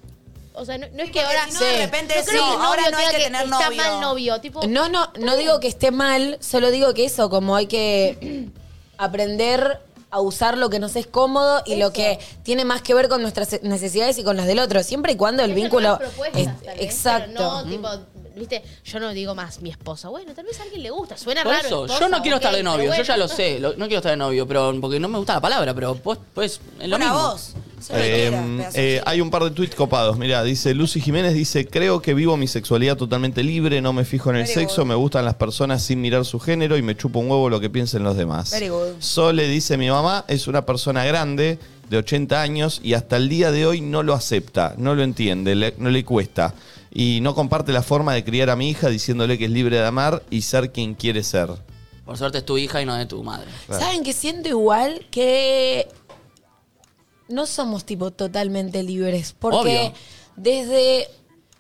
O sea, no, no es que ahora. si no, de repente no creo sí, que un ahora novio no hay tenga que tener está novio. mal novio. Tipo, No, no, no digo que esté mal, solo digo que eso, como hay que aprender a usar lo que nos es cómodo y lo que tiene más que ver con nuestras necesidades y con las del otro, siempre y cuando el Hacer vínculo... nuevas propuestas, es- tal vez, exacto. pero no, Mm. tipo, viste, yo no digo más mi esposa. Bueno, tal vez a alguien le gusta, suena Por raro. eso, esposa, yo no quiero ok, estar de pero novio, yo bueno. ya lo sé. lo- no quiero estar de novio, pero porque no me gusta la palabra, pero vos, pues, es Bueno, lo mismo. vos. Soy Eh, cualquiera, pedazo de eh, chica. hay un par de tweets copados. Mira, dice Lucy Jiménez dice, "Creo que vivo mi sexualidad totalmente libre, no me fijo en el Very sexo, good. me gustan las personas sin mirar su género y me chupo un huevo lo que piensen los demás." Very good. Sole dice, "Mi mamá es una persona grande de 80 años y hasta el día de hoy no lo acepta, no lo entiende, le- no le cuesta y no comparte la forma de criar a mi hija diciéndole que es libre de amar y ser quien quiere ser." Por suerte es tu hija y no de tu madre. Claro. ¿Saben que siento igual que no somos tipo totalmente libres? Porque Obvio. desde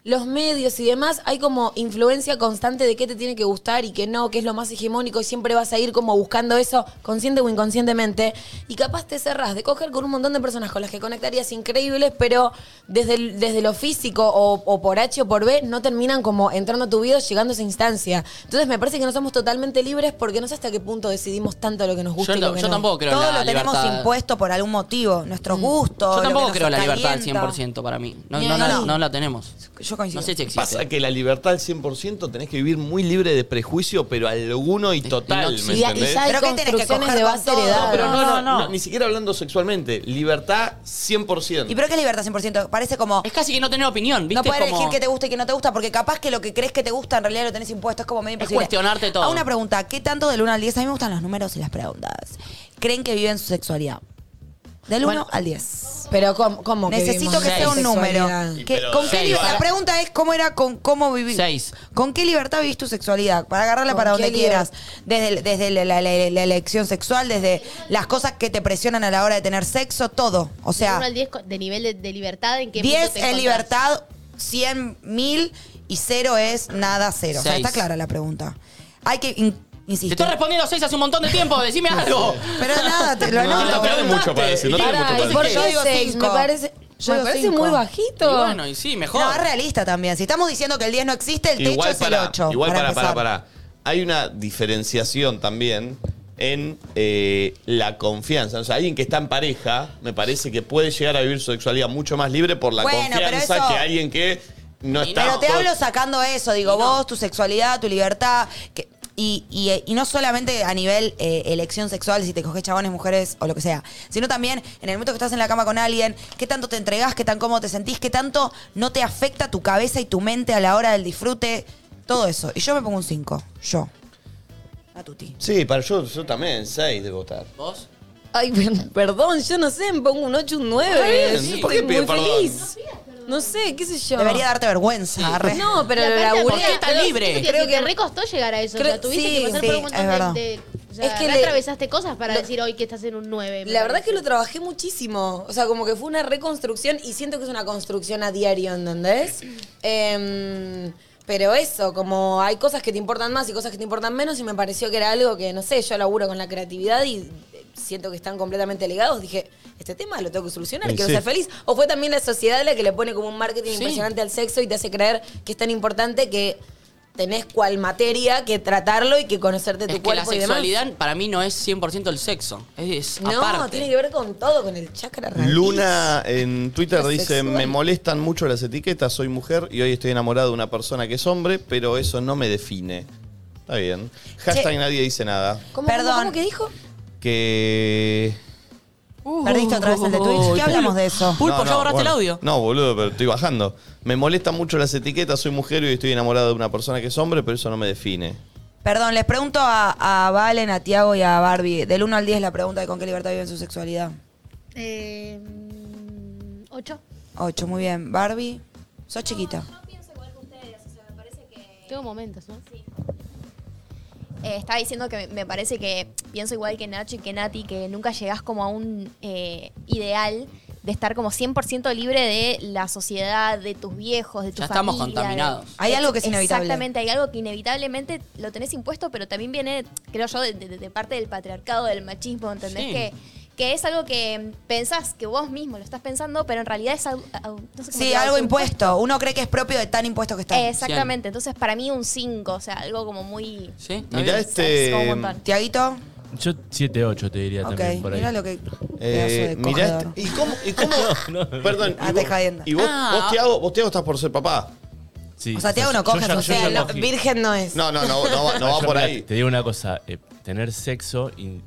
los medios y demás hay como influencia constante de qué te tiene que gustar y qué no, qué es lo más hegemónico y siempre vas a ir como buscando eso consciente o inconscientemente y capaz te cerrás de coger con un montón de personas con las que conectarías increíbles, pero desde, el- desde lo físico o, o por H o por B no terminan como entrando a tu vida o llegando a esa instancia. Entonces me parece que no somos totalmente libres porque no sé hasta qué punto decidimos tanto lo que nos gusta Yo, y lo ta- que yo no. tampoco creo en Todo la lo tenemos libertad. impuesto por algún motivo, nuestros gustos. Mm. Yo lo que tampoco nos creo en la libertad al calienta. 100% para mí. No, Ni no, ahí. la, no la tenemos. Yo coincido. No sé si existe. Pasa que la libertad al 100% tenés que vivir muy libre de prejuicio, pero alguno y total, no- ¿me Y, ya- y entendés? ya hay Pero ¿qué tenés que construcciones coger de con base todo? heredada. No, pero no, no, No, no. no, ni siquiera hablando sexualmente. Libertad 100%. ¿Y pero qué es libertad 100%? Parece como... Es casi que no tener opinión, ¿viste? No poder Es como- elegir qué te gusta y qué no te gusta, porque capaz que lo que crees que te gusta en realidad lo tenés impuesto, es como medio imposible. cuestionarte todo. A una pregunta, ¿qué tanto del 1 al 10? A mí me gustan los números y las preguntas. ¿Creen que viven su sexualidad? Del 1 Bueno. al 10. Pero ¿cómo, cómo Necesito vivimos que la sea un número. sexualidad? Y ¿Qué- pero con de- qué Seis. liber- Para- la pregunta es cómo era con cómo vivís. Seis. ¿Con qué libertad vivís tu sexualidad? Para agarrarla ¿Con para donde qué liber- quieras. Desde, el- desde la, la- la- la elección sexual, desde las cosas que te presionan a la hora de tener sexo, todo. O De sea, uno al 10 de nivel de, de libertad, ¿en qué 10 punto te es encontrás? libertad, 100 mil y 0 es nada cero. O sea, Seis. está clara la pregunta. Hay que, in- Te insisto. estoy respondiendo seis hace un montón de tiempo, decime algo. Pero nada, te lo No, anoto. no tenés mucho para decir, no tenés Pará, mucho para ¿y por decir. Yo qué digo seis? cinco. Me parece, Yo me digo parece cinco. muy Y bajito. bueno, y sí, mejor. No, es realista también. Si estamos diciendo que el 10 no existe, el techo es el para, 8. Igual para, para, empezar. para. Hay una diferenciación también en eh, la confianza. O sea, alguien que está en pareja, me parece que puede llegar a vivir su sexualidad mucho más libre por la Bueno, pero confianza eso- que alguien que no está. Pero te todo- hablo sacando eso, digo, vos, tu sexualidad, tu libertad. que- y, y, eh, y no solamente a nivel eh, elección sexual, si te coges chabones, mujeres o lo que sea, sino también en el momento que estás en la cama con alguien, qué tanto te entregás, qué tan cómodo te sentís, qué tanto no te afecta tu cabeza y tu mente a la hora del disfrute, todo eso. Y yo me pongo un 5, yo. A tuti. Sí, para yo, yo también, seis de votar. ¿Vos? Ay, per- perdón, yo no sé, me pongo un 8, un 9. Está bien, Estoy ¿por qué muy piden perdón? feliz. No sé, qué sé yo. Debería darte vergüenza. arre. Ah. No, pero Y lo aparte, laburé. aparte, está pero libre. siento Creo que, que- te recostó llegar a eso. o creo- sea, tuviste sí, que pasar sí, por un es verdad. montón de- de. o sea, Es que re le- atravesaste cosas para lo- decir hoy que estás en un 9. me La verdad parece. que lo trabajé muchísimo. O sea, como que fue una reconstrucción y siento que es una construcción a diario, ¿entendés? Em, pero eso, como hay cosas que te importan más y cosas que te importan menos y me pareció que era algo que, no sé, yo laburo con la creatividad y eh, siento que están completamente ligados. Dije, este tema lo tengo que solucionar, Y quiero sí. ser feliz. O fue también la sociedad la que le pone como un marketing Sí. impresionante al sexo y te hace creer que es tan importante que tenés cual materia que tratarlo y que conocerte tu Es que la cuerpo y demás. sexualidad para mí no es 100% el sexo. Es, es No, aparte. tiene que ver con todo, con el chakra raíz. Luna en Twitter dice, Sexual. me molestan mucho las etiquetas, soy mujer y hoy estoy enamorada de una persona que es hombre, pero eso no me define. Está bien. Hashtag nadie dice nada. ¿Cómo, Perdón. ¿Cómo, cómo que dijo? Que... Perdiste otra vez el de Twitch. ¿Qué hablamos de eso? Pulpo, No, ya no, borraste bueno. el audio. No, boludo, pero estoy bajando. Me molestan mucho las etiquetas, soy mujer y hoy estoy enamorada de una persona que es hombre, pero eso no me define. Perdón, les pregunto a, a Valen, a Tiago y a Barbie. Del 1 al 10 la pregunta de con qué libertad viven su sexualidad. Eh, mm, ¿Ocho? 8, muy bien. Barbie, sos chiquita. Tengo momentos, ¿no? Sí. Eh, estaba diciendo que me- me parece que pienso igual que Nacho y que Nati, que nunca llegás como a un eh, ideal de estar como 100% libre de la sociedad, de tus viejos, de tu Ya familia. estamos de- contaminados. Hay algo que es inevitable. Exactamente, hay algo que inevitablemente lo tenés impuesto, pero también viene, creo yo, de, de- de parte del patriarcado, del machismo, ¿entendés? Sí. Que, que es algo que pensás, que vos mismo lo estás pensando, pero en realidad es algo... au- no sé cómo Sí, te- algo autoimpuesto. impuesto. Uno cree que es propio de tan impuesto que está. Eh, Exactamente, entonces para mí un 5, o sea, algo como muy... ¿Sí? está Mirá bien. este... como un montón. Em, Tiaguito, Yo 7-8 te diría ok. también por ahí. Mira lo que. pedazo Eh, de mirá cogedor. este- ¿Y cómo? ¿Y cómo? Perdón. Ah, y vos, te jodiendo. y vos, Ah. vos, Tiago, vos, Tiago, estás por ser papá. Sí, O sea, Tiago no yo coge, ya- o yo sea, ya no, cogí. Virgen no es. No, no, no, no, va- no Ah, va yo, por mirá, ahí. Te digo una cosa, eh, tener sexo in-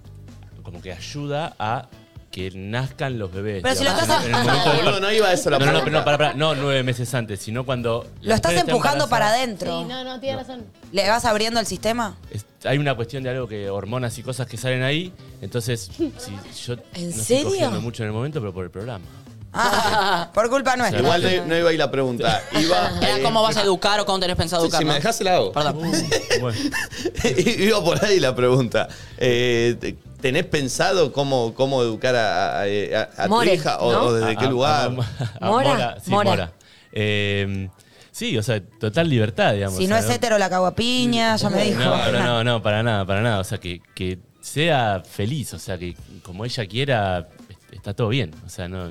como que ayuda a que nazcan los bebés. Pero si lo digamos, estás- en el momento del- Boludo, no iba a eso la No, no, no, pregunta. pero no, para, para, no nueve meses antes, sino cuando... Lo estás empujando para adentro. Sí, no, no, tiene razón. ¿Le vas abriendo el sistema? Es- hay una cuestión de algo que hormonas y cosas que salen ahí. Entonces, si yo ¿En no serio? estoy cogiendo mucho en el momento, pero por el programa. Ah, por culpa nuestra. Igual no, no iba ahí la pregunta. Iba, Era eh, cómo vas a educar o cómo tenés pensado Sí, educar. si me ¿no? dejás el hago. Perdón. Bueno, Iba por ahí la pregunta. Eh, te- ¿Tenés pensado cómo, cómo educar a, a- a- a tu More, hija o, ¿no? o desde a- qué a- lugar? a- a Mora, sí, Ah, Mora. Mora. Eh, sí, o sea, total libertad, digamos. Si no O es sea, hetero la caguapiña, ya me dijo. No, no, no, no, para nada, para nada. O sea, que, que sea feliz, o sea, que como ella quiera, est- está todo bien. O sea, no.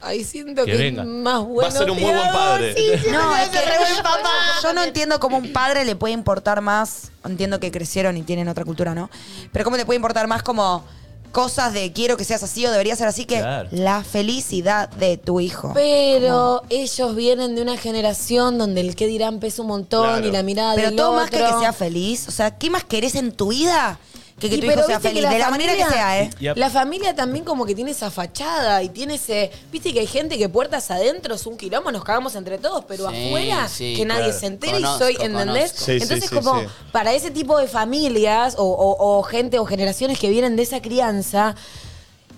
Ay, siento Que que, venga. es más Va bueno. a ser un muy buen Tiago. padre. No, es que papá. yo no entiendo cómo un padre le puede importar más. Entiendo que crecieron y tienen otra cultura, ¿no? Pero cómo te puede importar más como cosas de quiero que seas así o debería ser así que Claro. la felicidad de tu hijo. Pero ellos vienen de una generación donde el qué dirán pesa un montón Claro. y la mirada Pero del todo otro. más que que sea feliz. O sea, ¿qué más querés en tu vida que que Y tu hijo pero sea viste que feliz? de la manera que familia- sea, ¿eh? Yep. La familia también como que tiene esa fachada y tiene ese... Viste que hay gente que puertas adentro es un quilombo, nos cagamos entre todos, pero Sí, afuera sí, que nadie claro. se entere Conozco, y soy, ¿entendés? conozco. Sí, sí, Entonces sí, como sí. para ese tipo de familias o, o- o gente o generaciones que vienen de esa crianza,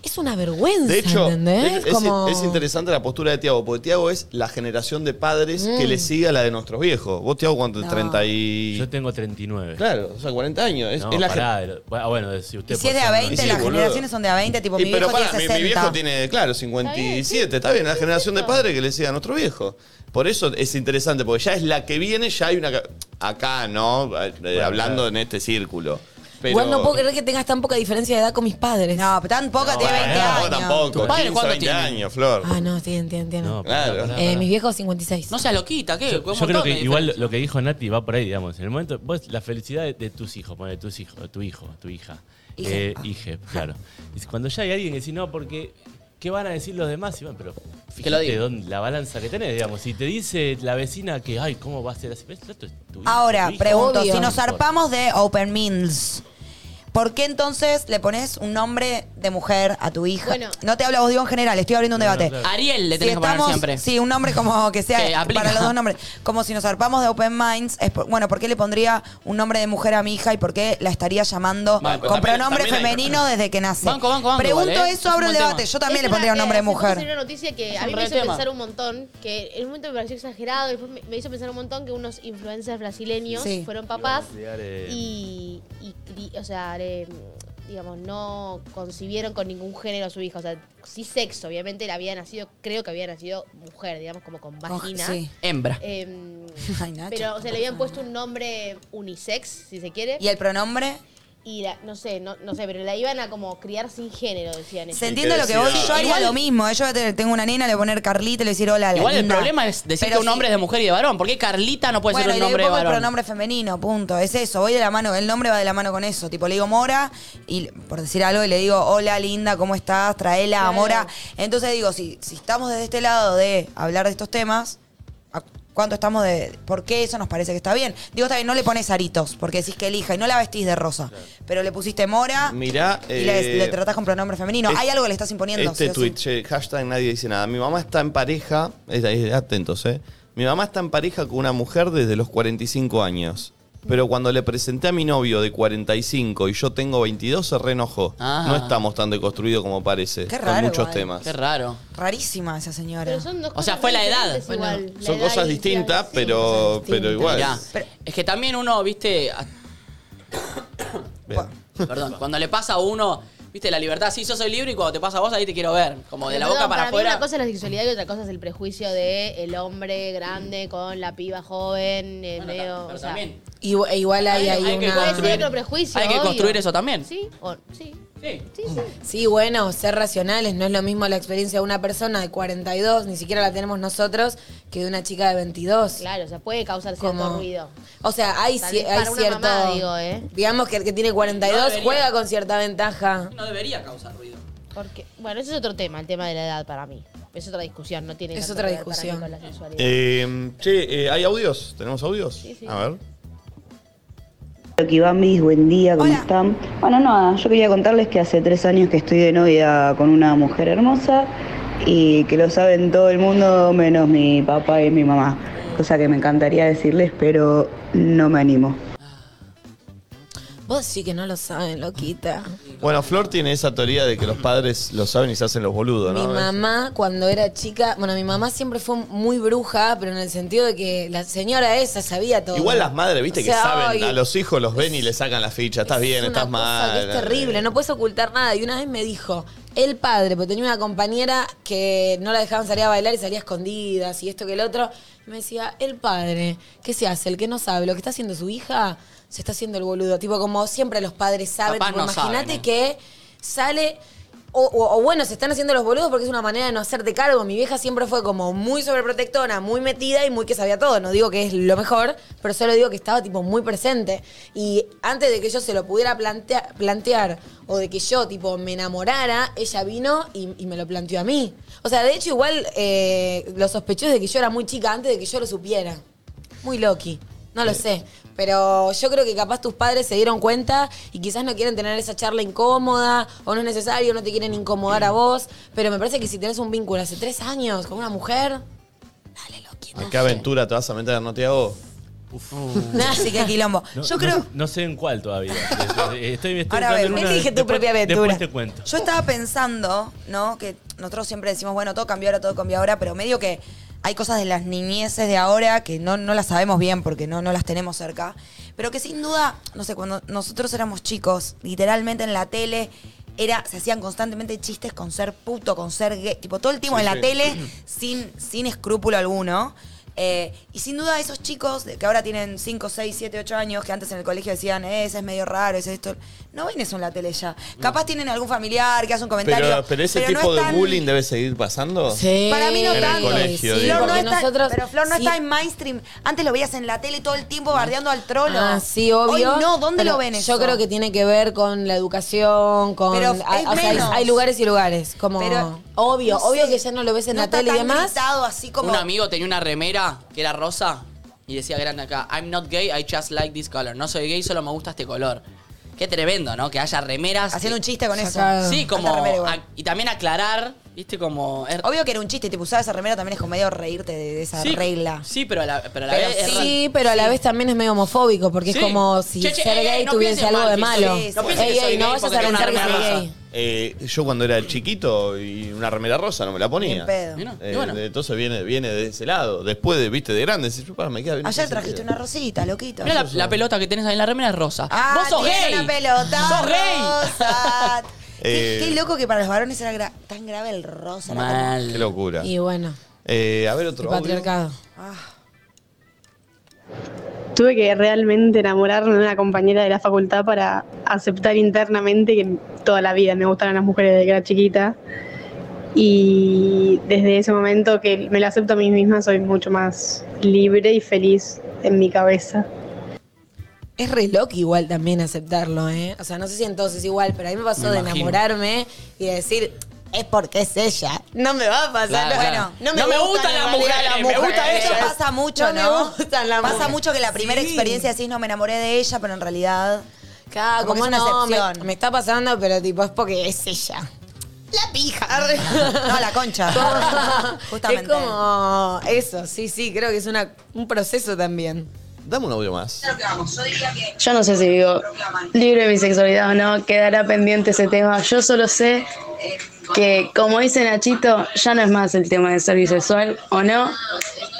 es una vergüenza, De hecho, ¿entendés? de hecho, es, Como- es interesante la postura de Tiago, porque Tiago es la generación de padres Mm. que le sigue a la de nuestros viejos. Vos, Tiago, ¿cuánto? 30 y... Yo tengo 39. Claro, o sea, 40 años. Es, No, es la gen- pará, de lo- bueno, bueno, si usted. Y si es por de a ser 20, sí, las boludo. generaciones son de a 20, tipo, Y mi pero viejo pará, mi, tiene mi 60. viejo tiene, claro, 57, está bien, la generación de padres que le sigue a nuestro viejo. Por eso es interesante, porque ya es la que viene, ya hay una... ca- Acá, ¿no? Eh, Hablando claro. en este círculo. Pero- Igual no puedo creer que tengas tan poca diferencia de edad con mis padres. No, tan poca, No, no, tampoco. 15, 20 años, Flor. Ah, no, sí, entiendo, entiendo. No, pará, Claro. pará, Eh, pará. mis viejos 56. No seas loquita, ¿qué? Un Yo creo montón que de igual lo que dijo Nati va por ahí, digamos. En el momento, vos, la felicidad de, de tus hijos, pone tus hijos, tu hijo, tu hija. Hije. Eh, hije, claro. Dice, cuando ya hay alguien que dice, no, porque, ¿qué van a decir los demás? Y bueno, pero Que lo fíjate diga. dónde- la balanza que tenés, digamos. Si te dice la vecina que, ay, ¿cómo va a ser así? ¿Ves? Esto es tu hijo, Ahora, tu hija. pregunto, Obvio. si nos zarpamos de Open Meals, ¿por qué entonces le pones un nombre de mujer a tu hija? no te hablo a vos, digo en general, estoy abriendo un debate. claro. Ariel le tenés que poner siempre. Sí, un nombre como que sea Que aplica. para los dos nombres. Como si nos zarpamos de Open Minds, es por- bueno, ¿por qué le pondría un nombre de mujer a mi hija y por qué la estaría llamando Banco. con También- pronombre también hay- femenino desde que nace? Banco, banco, banco, Pregunto igual, ¿eh? eso, Es abro un el buen debate. tema. Yo también Es le pondría un nombre de hace poco mujer. salió una noticia que a Es un mí re me hizo tema. pensar un montón, que en un momento me pareció exagerado, después me, me hizo pensar un montón que unos influencers brasileños Sí. fueron papás Iban a criar, eh, y, y cri- o sea, eh, digamos, no concibieron con ningún género a su hija, o sea, sí sexo, obviamente él había nacido, creo que había nacido mujer, digamos, como con Con- vagina. sí. Hembra. Em, Ay, Nacho, pero, o sea, le habían puesto un nombre unisex, si se quiere. ¿Y el pronombre? Y la- no sé, no, no sé, pero la iban a como criar sin género, decían ellos. Se entiende lo que voy. Yo haría Igual- lo mismo. eh. Yo voy a tener- tengo una nena, le voy a poner Carlita y le voy a decir hola. la Igual el linda. problema es decir Pero que un sí. hombre es de mujer y de varón. ¿Por qué Carlita no puede bueno, ser y un le nombre de pongo el varón? pronombre femenino, punto. Es eso, voy de la mano, el nombre va de la mano con eso. Tipo, le digo Mora, y por decir algo, y le digo, hola linda, ¿cómo estás? Traela a Claro. Mora. Entonces digo, si, si estamos desde este lado de hablar de estos temas, ¿a ¿cuánto estamos de. ¿Por qué eso nos parece que está bien? Digo, está bien, no le pones aritos, porque decís que elija y no la vestís de rosa. Pero le pusiste Mora Mirá. Ah, y le, eh, le tratás con pronombre femenino. es- Hay algo que le estás imponiendo. Este sí o sí. tweet, che, hashtag nadie dice nada. Mi mamá está en pareja, es- es- atentos, eh. Mi mamá está en pareja con una mujer desde los 45 años. Pero cuando le presenté a mi novio de 45 y yo tengo 22, se reenojó. Ah. No estamos tan deconstruidos como parece. Qué Con raro, muchos igual. temas. Qué raro. Rarísima esa señora. Pero son dos O sea, cosas fue la muy edad. diferentes Bueno, igual. La Son edad cosas y- distintas, pero, pero igual. Mirá, es que también uno, viste, a- Bien. perdón, cuando le pasa a uno, viste, la libertad, sí, yo soy libre y cuando te pasa a vos ahí te quiero ver, como de la Perdón, boca para mí afuera. Una cosa es la sexualidad y otra cosa es el prejuicio de el hombre grande con la piba joven, el medio. o Pero sea, también. Igu- e Igual hay, Hay hay, que una... Puede ser construir- otro prejuicio. hay que obvio. construir eso también. Sí, o, sí. Sí. Sí, sí. Sí, bueno, ser racionales. No es lo mismo la experiencia de una persona de 42, ni siquiera la tenemos nosotros, que de una chica de 22. Claro, o sea, puede causar cierto Como- ruido. O sea, hay, Tal ci- vez hay para una cierto... mamá, digo, ¿eh? Digamos que el que tiene 42 No debería. juega con cierta ventaja. No debería causar ruido. Porque, bueno, ese es otro tema, el tema de la edad para mí. Es otra discusión, no tiene Es tanto otra que ver para mí discusión. con la sexualidad. Eh, che, eh, ¿hay audios? ¿Tenemos audios? A ver. Aquí Bambis, buen día, ¿cómo están? Bueno, nada, yo quería contarles que hace tres años que estoy de novia con una mujer hermosa y que lo saben todo el mundo menos mi papá y mi mamá. Cosa que me encantaría decirles, pero no me animo. Vos sí que no lo saben, loquita. Bueno, Flor tiene esa teoría de que los padres lo saben y se hacen los boludos, Mi ¿no? mamá, cuando era chica, bueno, mi mamá siempre fue muy bruja, pero en el sentido de que la señora esa sabía todo. Igual las madres, viste, O sea, que saben, ay, a los hijos los ven y le sacan la ficha. Estás bien, es una estás cosa que mal. es terrible, no puedes ocultar nada. Y una vez me dijo, el padre, porque tenía una compañera que no la dejaban salir a bailar y salía a escondidas y esto que el otro. Y me decía, el padre, ¿qué se hace? El que no sabe, lo que está haciendo su hija, se está haciendo el boludo. Tipo, como siempre los padres saben, Capaz tipo, no imagínate saben, eh. que sale. O, o- o bueno, se están haciendo los boludos porque es una manera de no hacerte cargo. Mi vieja siempre fue como muy sobreprotectora, muy metida y muy que sabía todo. No digo que es lo mejor, pero solo digo que estaba tipo muy presente. Y antes de que yo se lo pudiera plantea- plantear o de que yo tipo me enamorara, ella vino y, y me lo planteó a mí. O sea, de hecho igual eh, lo sospechó de que yo era muy chica antes de que yo lo supiera. Muy Loki. No lo sé. Pero yo creo que capaz tus padres se dieron cuenta y quizás no quieren tener esa charla incómoda o no es necesario, no te quieren incomodar a vos. Pero me parece que si tenés un vínculo hace tres años con una mujer, ¿A qué aventura te vas a meter, no te hago? Así que quilombo. No, yo no- creo. Uh. no sé en cuál todavía. Estoy, estoy Ahora, a entrando ver, en una- elige tu después- propia aventura. Después te cuento. Yo estaba pensando, ¿no? Que nosotros siempre decimos, bueno, todo cambió ahora, todo cambió ahora, pero medio que hay cosas de las niñeces de ahora que no, no las sabemos bien porque no, no las tenemos cerca. Pero que sin duda, no sé, cuando nosotros éramos chicos, literalmente en la tele. Era, se hacían constantemente chistes con ser puto, con ser gay, tipo todo el tiempo Sí, en la sí. tele sin, sin escrúpulo alguno. Eh, y sin duda esos chicos de- que ahora tienen 5, 6, 7, 8 años, que antes en el colegio decían, "Eh, ese es medio raro, ese es esto, no ven eso en la tele ya. Capaz tienen algún familiar que hace un comentario. Pero, pero ese no tipo es de tan- bullying debe seguir pasando. Sí. Para mí no en tanto, El colegio, sí, digo. Flor no porque está- nosotros- pero Flor no sí. está en mainstream. Antes lo veías en la tele todo el tiempo bardeando al trolo. Ah, sí, obvio. Hoy no, ¿dónde Pero lo ven eso? Yo creo que tiene que ver con la educación, con. Pero es a- o sea, hay, menos. hay lugares y lugares. Como. Pero, obvio, no obvio sé, que ya no lo ves en no la está tele y tan demás. gritado así como... Un amigo tenía una remera que era rosa y decía grande acá, I'm not gay, I just like this color. No soy gay, solo me gusta este color. Qué tremendo, ¿no? Que haya remeras. Haciendo un chiste con eso. Sí, como. Alta remera igual. a- y también aclarar, ¿viste? Como. er- es- Obvio que era un chiste, tipo, usar esa remera también es como medio reírte de, de esa Sí, regla. Sí, pero a la, pero a la Pero vez. es Eh, sí, pero a la vez también es medio homofóbico, porque Sí. es como si Che, che, ser ey, gay ey, no tuviese piensen algo mal, de que malo. soy- no piensen ey, que ey, soy no gay vayas porque a tengo una pensar que soy remera rosa. gay. Eh, yo cuando era chiquito y una remera rosa no me la ponía. Ni en pedo. Eh, Y bueno. de- Entonces viene, viene de ese lado. Después, de, viste, de grande, decís, "Para, me queda bien Ayer ese trajiste sentido". una rosita, loquito. Mira la, la pelota que tenés ahí en la remera es rosa. Ah, ¡Vos sos tiene gay! una pelota ¡Sos gay! rosa. Eh, Qué loco que para los varones era gra- tan grave el rosa. era como- Qué locura. Y bueno, Eh, a ver otro el audio. patriarcado. Ah, Tuve que realmente enamorarme de una compañera de la facultad para aceptar internamente que toda la vida me gustaron las mujeres desde que era chiquita. Y desde ese momento que me lo acepto a mí misma, soy mucho más libre y feliz en mi cabeza. Es re loco igual también aceptarlo, ¿eh? O sea, no sé si entonces igual, pero a mí me pasó Me de imagino. enamorarme y de decir, es porque es ella. No me va a pasar. Claro, no- claro. bueno, No me gustan en las realidad mujeres, me gusta Eso ella. pasa mucho, No me ¿no? gustan las pasa mujeres. mucho que la primera Sí. experiencia decís, no, me enamoré de ella, pero en realidad... Claro, Como como que es una no, me, excepción. me está pasando, pero tipo, es porque es ella. La pija. No, la concha. Es Justamente. como eso, sí, sí, creo que es una, un proceso también. Dame un audio más. Yo no sé si vivo libre de mi sexualidad o no, quedará pendiente ese tema. Yo solo sé que, como dice Nachito, ya no es más el tema de ser bisexual o no.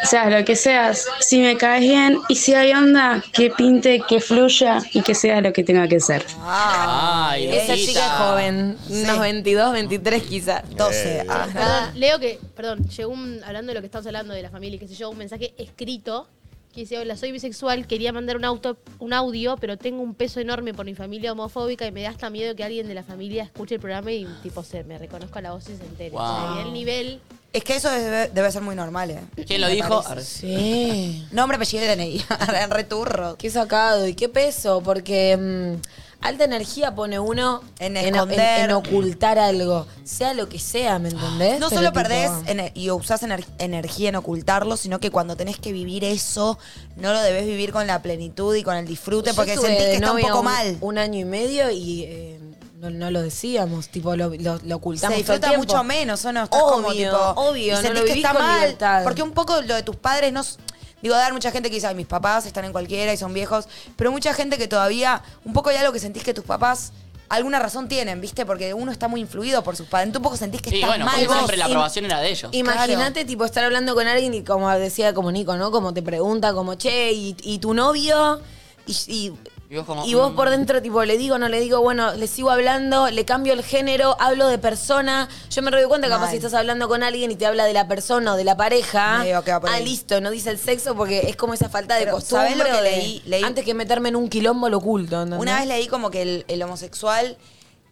Seas lo que seas, si me caes bien y si hay onda, que pinte, que fluya y que sea lo que tenga que ser. Ay, Esa Lolita. chica es joven, unos 22, 23 quizás. 12. Eh, ah. Perdón, leo que, perdón, llegó un- hablando de lo que estamos hablando de la familia, y qué sé yo, un mensaje escrito que dice, hola, soy bisexual, quería mandar un, auto, un audio, pero tengo un peso enorme por mi familia homofóbica y me da hasta miedo que alguien de la familia escuche el programa y tipo se me reconozca la voz y se entere. Wow. O sea, y el nivel... Es que eso debe, debe ser muy normal, ¿eh? ¿Quién lo Me dijo? parece. Sí. Nombre, apellido y DNI. En returro. Qué sacado y qué peso, porque mm, alta energía pone uno En en, esconder. en ocultar algo, sea lo que sea, ¿me entendés? No Pero solo tipo- perdés ener- y usás ener- energía en ocultarlo, sino que cuando tenés que vivir eso, no lo debes vivir con la plenitud y con el disfrute, Yo porque estuve sentís de que está un novia poco mal. Un año y medio y eh, no, no lo decíamos, tipo, lo, lo- lo Se ocultamos. todo disfruta el tiempo. mucho menos, ¿o no? Estás Obvio, como tipo. obvio, y no sentís lo que vivís está con mal. libertad. Porque un poco lo de tus padres no. s- Digo, dar mucha gente que dice, ay, mis papás están en cualquiera y son viejos. Pero mucha gente que todavía, un poco ya lo que sentís que tus papás alguna razón tienen, ¿viste? Porque uno está muy influido por sus padres. Tú un poco sentís que Sí, estás bueno, mal. porque vos. siempre la Y- aprobación era de ellos. Imagínate, tipo, estar hablando con alguien y como decía como Nico, ¿no? Como te pregunta, como, che, ¿y, y tu novio? Y, y- Y vos como, y vos mm. por dentro, tipo, le digo, no le digo, bueno, le sigo hablando, le cambio el género, hablo de persona. Yo me doy cuenta que capaz Mal. si estás hablando con alguien y te habla de la persona o de la pareja. Medio que va por ah, ahí. listo, no dice el sexo porque es como esa falta de Pero, costumbre. ¿sabés lo que o de- leí? Leí- Antes que meterme en un quilombo lo oculto, ¿entendés? Una vez leí como que el, el homosexual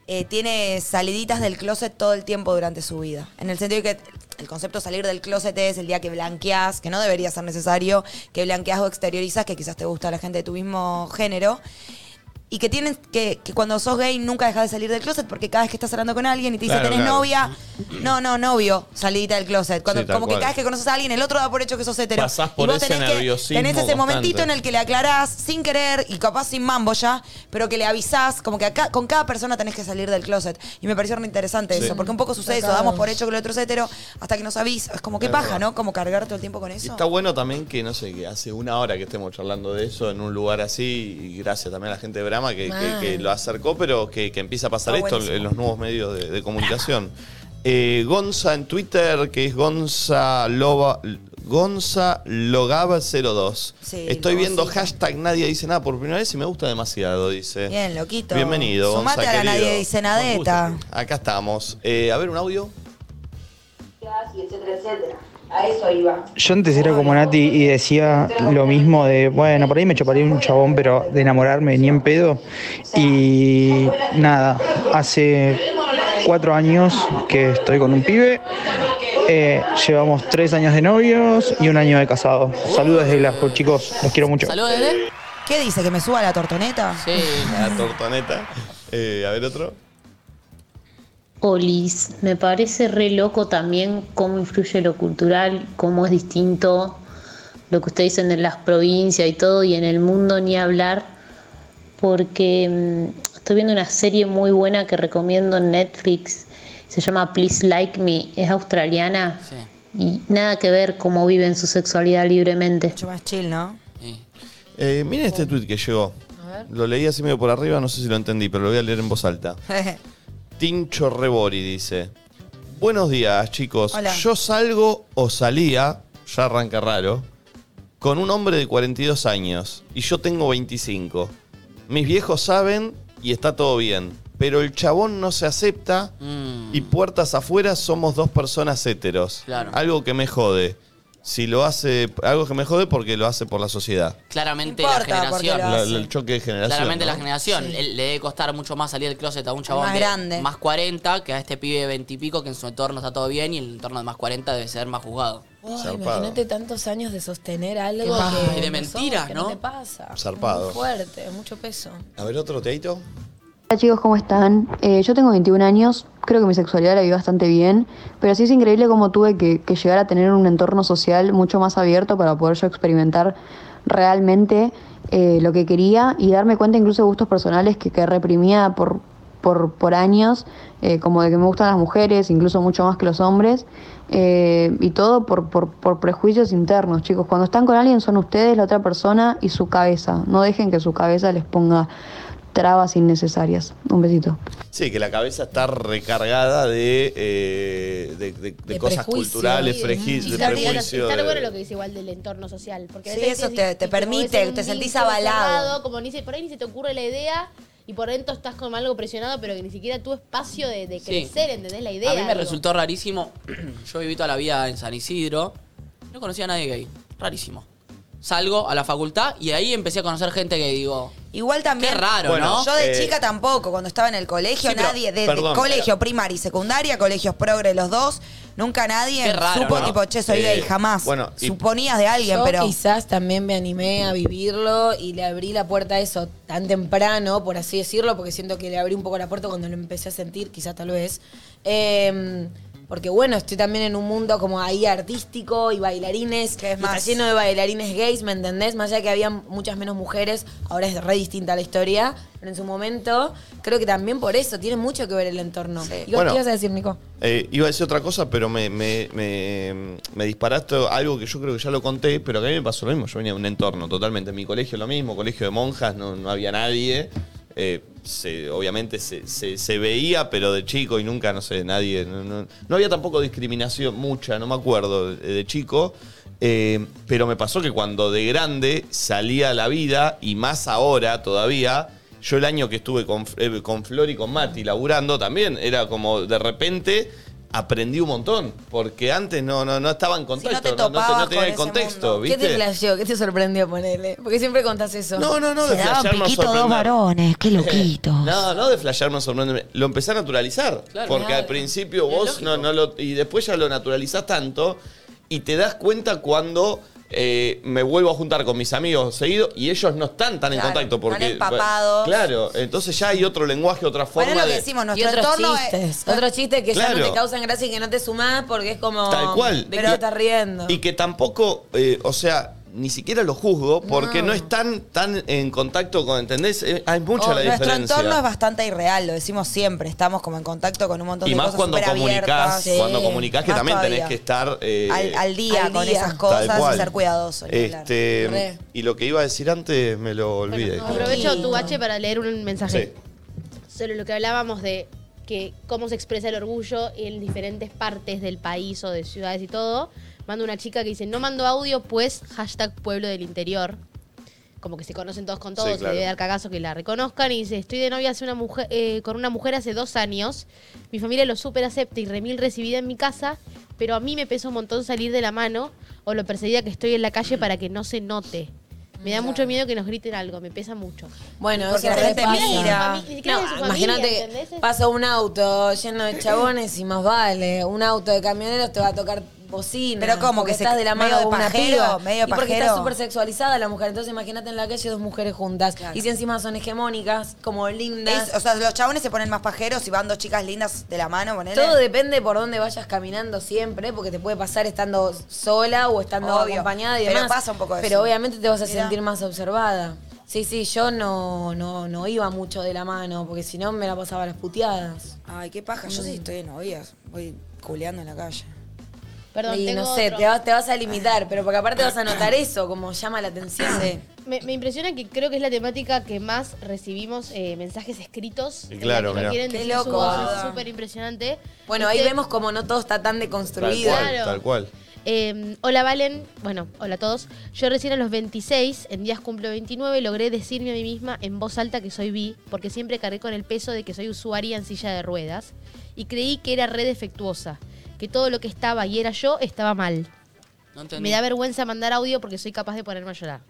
eh, tiene saliditas del closet todo el tiempo durante su vida. En el sentido de que el concepto de salir del closet es el día que blanqueás, que no debería ser necesario, que blanqueás o exteriorizas, que quizás te gusta la gente de tu mismo género. Y que tienes que, que cuando sos gay nunca dejas de salir del closet porque cada vez que estás hablando con alguien y te dice, Claro, ¿tenés claro. novia? No, no, novio, salidita del closet. Cuando, Sí, tal como que cual. cada vez que conoces a alguien, el otro da por hecho que sos hetero. Pasás Y por vos ese tenés nerviosismo Tenés ese constante. momentito en el que le aclarás sin querer y capaz sin mambo ya, pero que le avisás, como que acá, con cada persona tenés que salir del closet. Y me pareció re interesante Sí. eso, porque un poco sucede eso, damos por hecho que el otro es hetero hasta que nos avisas. Es como que Es paja, verdad. ¿no? Como cargar todo el tiempo con Y eso. está bueno también que, no sé, que hace una hora que estemos charlando de eso en un lugar así, y gracias también a la gente de Brahma que, que- Mal. que lo acercó, pero que, que empieza a pasar Está esto en- buenísimo. en los nuevos medios de, de comunicación. Eh, Gonza en Twitter, que es Gonza Loba, Gonza Logaba02. Sí, Estoy viendo Gonzita. hashtag Nadie Dice Nada por primera vez y me gusta demasiado, dice. Bien, loquito. Bienvenido, Gonza, Sumate a la querido. nadie dice nadeta. Acá estamos. Eh, a ver, un audio. etcétera, etcétera. A eso iba. Yo antes era como Nati y decía lo mismo de, bueno, por ahí me chuparía un chabón, pero de enamorarme ni en pedo. Y nada, hace cuatro años que estoy con un pibe. Eh, llevamos tres años de novios y un año de casado. Saludos desde Glasgow, chicos. Los quiero mucho. ¿Qué dice? ¿Que me suba la tortoneta? Sí. La tortoneta. Eh, a ver otro. Olis, me parece re loco también cómo influye lo cultural, cómo es distinto lo que ustedes dicen en las provincias y todo, y en el mundo ni hablar, porque mm, estoy viendo una serie muy buena que recomiendo en Netflix, se llama Please Like Me, es australiana y nada que ver cómo viven su sexualidad libremente. Mucho más chill, ¿no? Eh, miren este tweet que llegó. Lo leí así medio por arriba, no sé si lo entendí, pero lo voy a leer en voz alta. Tincho Rebori dice: Buenos días, chicos. Hola. Yo salgo o salía, ya arranca raro, con un hombre de 42 años y yo tengo 25. Mis viejos saben y está todo bien, pero el chabón no se acepta Mm. y puertas afuera somos dos personas héteros. Claro. Algo que me jode. Si lo hace, algo que me jode porque lo hace por la sociedad. Claramente No la importa, generación. La- la- el choque de generación. Claramente ¿no? la generación. Le- Le debe costar mucho más salir del closet a un chabón Más de grande. más 40 que a este pibe de 20 y pico que en su entorno está todo bien y el entorno de más 40 debe ser más juzgado. Ay, Zarpado. imagínate tantos años de sostener Qué algo mal. que Y de no mentiras, sos, que ¿no? te pasa. Zarpado. Muy fuerte, mucho peso. A ver otro, Teito. Hola chicos, ¿cómo están? Eh, yo tengo 21 años, creo que mi sexualidad la viví bastante bien, pero sí es increíble cómo tuve que, que llegar a tener un entorno social mucho más abierto para poder yo experimentar realmente eh, lo que quería y darme cuenta incluso de gustos personales que, que reprimía por, por, por años, eh, como de que me gustan las mujeres, incluso mucho más que los hombres, eh, y todo por, por, por prejuicios internos, chicos. Cuando están con alguien son ustedes, la otra persona y su cabeza. No dejen que su cabeza les ponga trabas innecesarias. Un besito. Sí, que la cabeza está recargada de, eh, de, de- de cosas prejuicios. culturales, preji- Y de está bien, prejuicios. Está de- bueno lo que dice igual del entorno social. Porque a Sí, veces eso es te- difícil, te como permite, ves un te sentís círculo avalado. cerrado, Como ni se- por ahí ni se te ocurre la idea y por dentro estás con algo presionado, pero que ni siquiera tu espacio de, de Sí. crecer, ¿entendés? La idea. a mí me digo. resultó rarísimo. Yo viví toda la vida en San Isidro. No conocía a nadie gay. Rarísimo. Salgo a la facultad y ahí empecé a conocer gente que digo. Igual también. Qué raro, Bueno, ¿no? Yo de Eh, chica tampoco, cuando estaba en el colegio, Sí, pero- nadie, desde perdón, colegio primaria y secundaria, colegios progres los dos, nunca nadie Qué raro, supo ¿no? tipo, che, soy Eh, gay, jamás. bueno, y- Suponías de alguien, Yo pero. quizás también me animé a vivirlo y le abrí la puerta a eso tan temprano, por así decirlo, porque siento que le abrí un poco la puerta cuando lo empecé a sentir, quizás tal vez. Eh, porque bueno, estoy también en un mundo como ahí artístico y bailarines, que es más- está lleno de bailarines gays, ¿me entendés? Más allá que había muchas menos mujeres, ahora es re distinta la historia, pero en su momento creo que también por eso tiene mucho que ver el entorno. ¿Y vos Bueno. qué ibas a decir, Nico? Eh, iba a decir otra cosa, pero me, me- me- me disparaste algo que yo creo que ya lo conté, pero que a mí me pasó lo mismo. Yo venía de un entorno totalmente. Mi colegio lo mismo, colegio de monjas, no, no había nadie. Eh, se- obviamente se, se- se veía, pero de chico y nunca, no sé, nadie. No, no- no había tampoco discriminación, mucha, no me acuerdo, eh, de chico. Eh, pero me pasó que cuando de grande salía a la vida, y más ahora todavía, yo el año que estuve con, eh, con Flor y con Mati laburando también, era como de repente aprendí un montón, porque antes no, no, no estaba en contexto, no- no, te- no topabas tenía con el contexto, ¿Qué te ¿viste? flasheó? ¿Qué te sorprendió ponerle? Porque siempre contás eso. No, no, no, de flashear no sorprender. varones, qué No, no de flashear no sorprenderme. Lo empecé a naturalizar. Claro. porque Claro. al principio vos no, no lo. Y después ya lo naturalizás tanto. Y te das cuenta cuando eh, me vuelvo a juntar con mis amigos seguido. Y ellos no están tan Claro, en contacto. están Porque, empapados. Claro, entonces ya hay otro lenguaje, otra forma. lo que de- decimos, Y otros entorno es- chistes. Otros chistes que ya no Claro. te causan gracia y que no te sumás porque es como. Tal cual. Pero Y- estás riendo. Y que tampoco, eh, o sea, ni siquiera lo juzgo porque no, No. están tan en contacto con, ¿entendés? Eh, Hay mucha Oh, la nuestro diferencia. entorno es bastante irreal, lo decimos siempre. Estamos como en contacto con un montón y de más cosas cuando superabiertas. comunicás, Sí. cuando comunicás que Más también tenés todavía. que estar eh, al, al día Al con día. esas Tal cosas cual. y ser cuidadoso. ni hablar. este, Re. y lo que iba a decir antes me lo olvidé. Aprovecho tu H para leer un mensaje. Sí. Sobre lo que hablábamos de que cómo se expresa el orgullo en diferentes partes del país o de ciudades y todo. Manda una chica que dice, no mando audio, pues hashtag pueblo del interior. como que se conocen todos con todos, y claro. debe dar cagazo que la reconozcan. Y dice, estoy de novia hace una mujer, eh, con una mujer hace dos años. Mi familia lo súper acepta y remil recibida en mi casa, pero a mí me pesa un montón salir de la mano o lo perseguida que estoy en la calle para que no se note. Me da mucho miedo que nos griten algo, me pesa mucho. Bueno, Porque la eso re gente pasa. mira. Ni siquiera de su No, familia, imagínate, ¿entendés? pasa un auto lleno de chabones y más vale. Un auto de camioneros te va a tocar bocina. Pero como porque que se- estás de la mano medio de de una pajero, piba. medio y porque pajero. está súper sexualizada la mujer. Entonces imagínate en la calle dos mujeres juntas. Y si encima son hegemónicas, como lindas. Es- o sea, los chabones se ponen más pajeros y van dos chicas lindas de la mano, ponele. Todo depende por dónde vayas caminando siempre, porque te puede pasar estando sola o estando Obvio, acompañada y pero demás. pasa un poco eso. Pero obviamente te vas a Mirá. sentir más observada. Sí, sí, yo no, no, no iba mucho de la mano, porque si no me la pasaba a las puteadas. Mm. Ay, qué paja. Yo sí estoy de novias. Voy culeando en la calle. Perdón, y tengo no sé, otro. te vas, te vas a limitar, pero porque aparte vas a notar eso, como llama la atención. Me, me impresiona que creo que es la temática que más recibimos eh, mensajes escritos. Y claro, que nos mirá. quieren Qué decir loco, su voz, boluda. es súper impresionante. Bueno, ahí Este, vemos como no todo está tan Tal deconstruido. cual, Claro. tal cual. Eh, hola Valen, bueno, hola a todos. Yo recién a los 26, en días cumplo 29, logré decirme a mí misma en voz alta que soy bi, porque siempre cargué con el peso de que soy usuaria en silla de ruedas, y creí que era re defectuosa, que todo lo que estaba y era yo estaba mal. No entendí. Me da vergüenza mandar audio porque soy capaz de ponerme a llorar.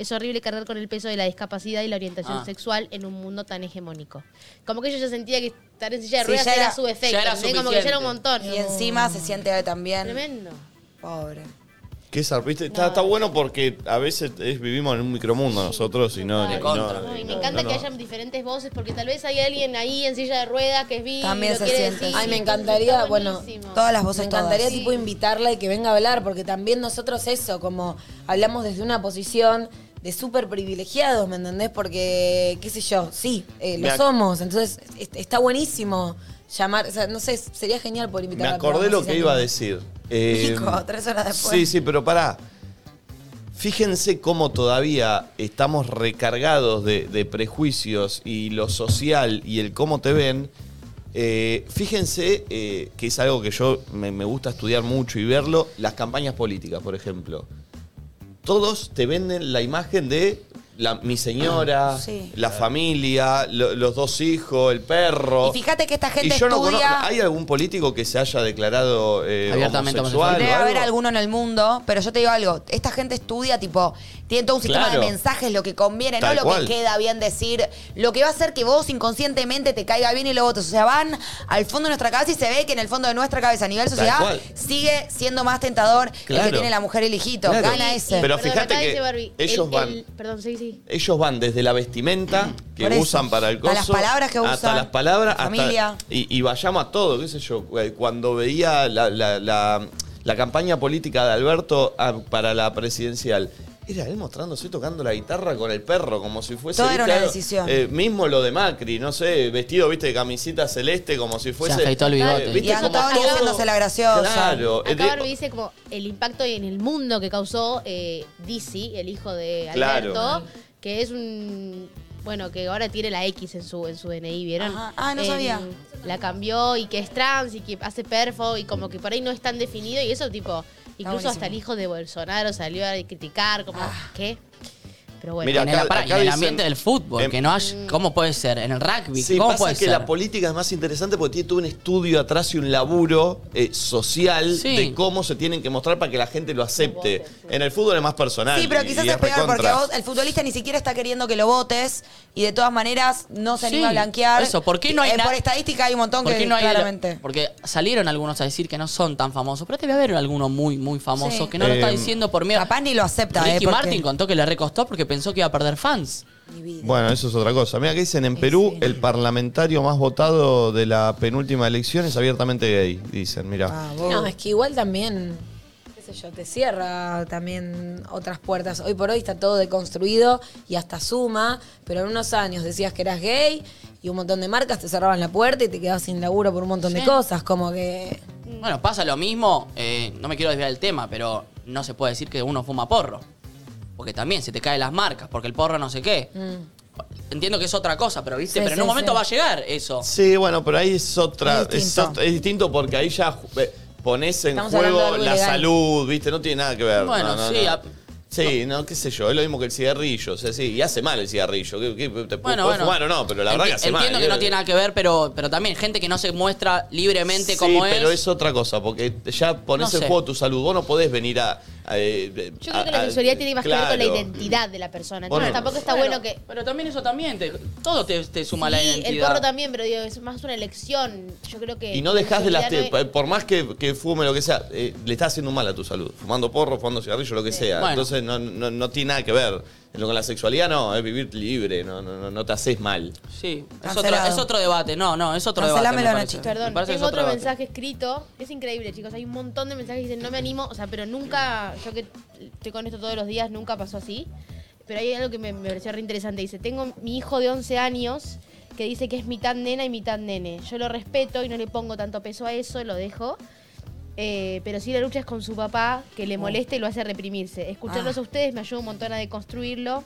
Es horrible cargar con el peso de la discapacidad y la orientación Ah. sexual en un mundo tan hegemónico. Como que yo ya sentía que estar en silla de Sí, ruedas ya era, era- su efecto. ya era Como que ya era un suficiente. montón. Y encima se siente también. Tremendo. Pobre. ¿Qué zarpiste? Está, está bueno porque a veces es- vivimos en un micromundo nosotros y no... Ay, y no- Ay, y me no- encanta no- que no. hayan diferentes voces porque tal vez hay alguien ahí en silla de ruedas que es vi También lo se quiere siente. decir. Ay, me Entonces encantaría, está bueno, buenísimo. todas las voces, Me encantaría todas. tipo invitarla y que venga a hablar, porque también nosotros eso, como hablamos desde una posición de súper privilegiados, ¿me entendés? Porque, qué sé yo, sí, eh, lo Me ac- somos, entonces es- está buenísimo llamar, o sea, no sé, sería genial poder Me invitarla. al acordé programa, lo si que se iba a anima. decir. Eh, Chico, tres horas después. Sí, sí, pero pará. Fíjense cómo todavía estamos recargados de, de prejuicios y lo social y el cómo te ven. Eh, fíjense eh, que es algo que yo me, me gusta estudiar mucho y verlo, las campañas políticas, por ejemplo. Todos te venden la imagen de la- mi señora, Sí. la familia, lo- los dos hijos, el perro. Y fíjate que esta gente Y yo no estudia- conozco- ¿Hay algún político que se haya declarado eh, Abiertamente homosexual? Debe o haber algo? alguno en el mundo, pero yo te digo algo, esta gente estudia, tipo, tiene todo un sistema Claro. de mensajes, lo que conviene, Tal no lo cual. que queda bien decir, lo que va a hacer que vos inconscientemente te caiga bien y lo votes. O sea, van al fondo de nuestra cabeza y se ve que en el fondo de nuestra cabeza, a nivel sociedad, cual. sigue siendo más tentador el Claro. que tiene la mujer y el hijito. Claro. Gana ese. Pero Perdón, fíjate acá que dice Barbie, ellos el- van- el- perdón, sí, sí. Ellos van desde la vestimenta que Mm. Por eso. usan para el A coso. las palabras que Hasta usan, las palabras. la hasta- familia. y, y vayamos a todo, qué sé yo. eh, Cuando veía la, la- la- la campaña política de Alberto ah, para la presidencial. Era él mostrándose tocando la guitarra con el perro, como si fuese... Todo era ¿viste? una algo? decisión. Eh, mismo lo de Macri, no sé, vestido, viste, de camisita celeste, como si fuese... afeitó el bigote. ¿viste? Y anotaba Como todo- haciéndose la graciosa. Claro. eh, Acá de- Barbie dice como el impacto en el mundo que causó eh, Dizzy, el hijo de Alberto, Claro. que es un bueno, que ahora tiene la X en su en su DNI, ¿vieron? Em, Ajá. Ah, no sabía. La cambió y que es trans y que hace perfo y como que por ahí no es tan definido y eso tipo incluso buenísimo. Ah. hasta el hijo de Bolsonaro salió a criticar como ¿qué? Pero bueno. Mira, en el, acá- pará, y acá en el dicen- ambiente del fútbol, em- que no hay. ¿Cómo puede ser? En el rugby, Sí, ¿cómo pasa puede que ser? la política es más interesante porque tiene todo un estudio atrás y un laburo eh, social Sí. de cómo se tienen que mostrar para que la gente lo acepte. En el fútbol es más personal. Sí, pero y- quizás y es peor recontra. porque vos, el futbolista ni siquiera está queriendo que lo votes y de todas maneras no se Sí, anima a blanquear. eso, ¿por qué no hay Eh, na- Por estadística hay un montón ¿Por que qué no hay de la- claramente. porque salieron algunos a decir que no son tan famosos, pero te voy a ver alguno muy, muy famoso Sí. que no lo está Eh, diciendo por miedo. Capaz ni lo acepta, Ricky eh, porque- Martin contó que le recostó porque pensó que iba a perder fans. Bueno, eso es otra cosa. Mira, que dicen en Perú, el parlamentario más votado de la penúltima elección es abiertamente gay, dicen, mira. No, es que igual también, qué sé yo, te cierra también otras puertas. Hoy por hoy está todo deconstruido y hasta suma, pero en unos años decías que eras gay y un montón de marcas te cerraban la puerta y te quedabas sin laburo por un montón de Sí. cosas, como que... Bueno, pasa lo mismo, eh, no me quiero desviar del tema, pero no se puede decir que uno fuma porro. Porque también se te caen las marcas, porque el porro no sé qué. Entiendo que es otra cosa, pero viste, Sí, pero en sí, un momento sí. va a llegar eso. Sí, bueno, pero ahí es otra. Es Es ot- es distinto. distinto, porque ahí ya ju- eh, pones en Estamos hablando de juego algo la ilegal. salud, ¿viste? No tiene nada que ver. Bueno, no, no, sí, no. a- Sí, no, qué sé yo, es lo mismo que el cigarrillo, o sea, sí, y hace mal el cigarrillo. ¿Qué, qué- te Bueno, podés bueno. fumar o no, pero la verdad Enti- que hace mal. eh. Entiendo que no tiene nada que ver, pero, pero también gente que no se muestra libremente Sí, como pero es. es otra cosa, porque ya pones No en sé. juego tu salud, vos no podés venir a... a, eh, Yo a- creo que la a- sexualidad tiene más que ver con la claro. identidad de la persona. Bueno. Entonces tampoco está bueno, Bueno, que. Pero también eso también, te- todo te, te suma a la Sí, identidad. el porro también, pero digo, es más una elección. Yo creo Eh, que. Y no dejas de las... la sexualidad no es- Por más que, que fume lo que sea, eh, le estás haciendo un mal a tu salud. Fumando porro, fumando cigarrillo, lo que sea. Bueno. Entonces no, no, no tiene nada que ver. Lo- Con la sexualidad no, es vivir libre, no, no, no, no te haces mal. Sí, es otro, Cancelado. es otro debate. No, no, es otro Cancelámelo, debate. me parece. Nacho. Perdón, Me parece que tengo es otro, otro debate. mensaje escrito. Es increíble, chicos. Hay un montón de mensajes que dicen no me animo. O sea, pero nunca. Yo que estoy con esto todos los días, nunca pasó así. Pero hay algo que me, me pareció re interesante. Dice: Tengo mi hijo de 11 años que dice que es mitad nena y mitad nene. Yo lo respeto y no le pongo tanto peso a eso, lo dejo. Eh, pero sí la lucha es con su papá, que le Oh. molesta y lo hace reprimirse. Escucharlos Ah. a ustedes me ayuda un montón a deconstruirlo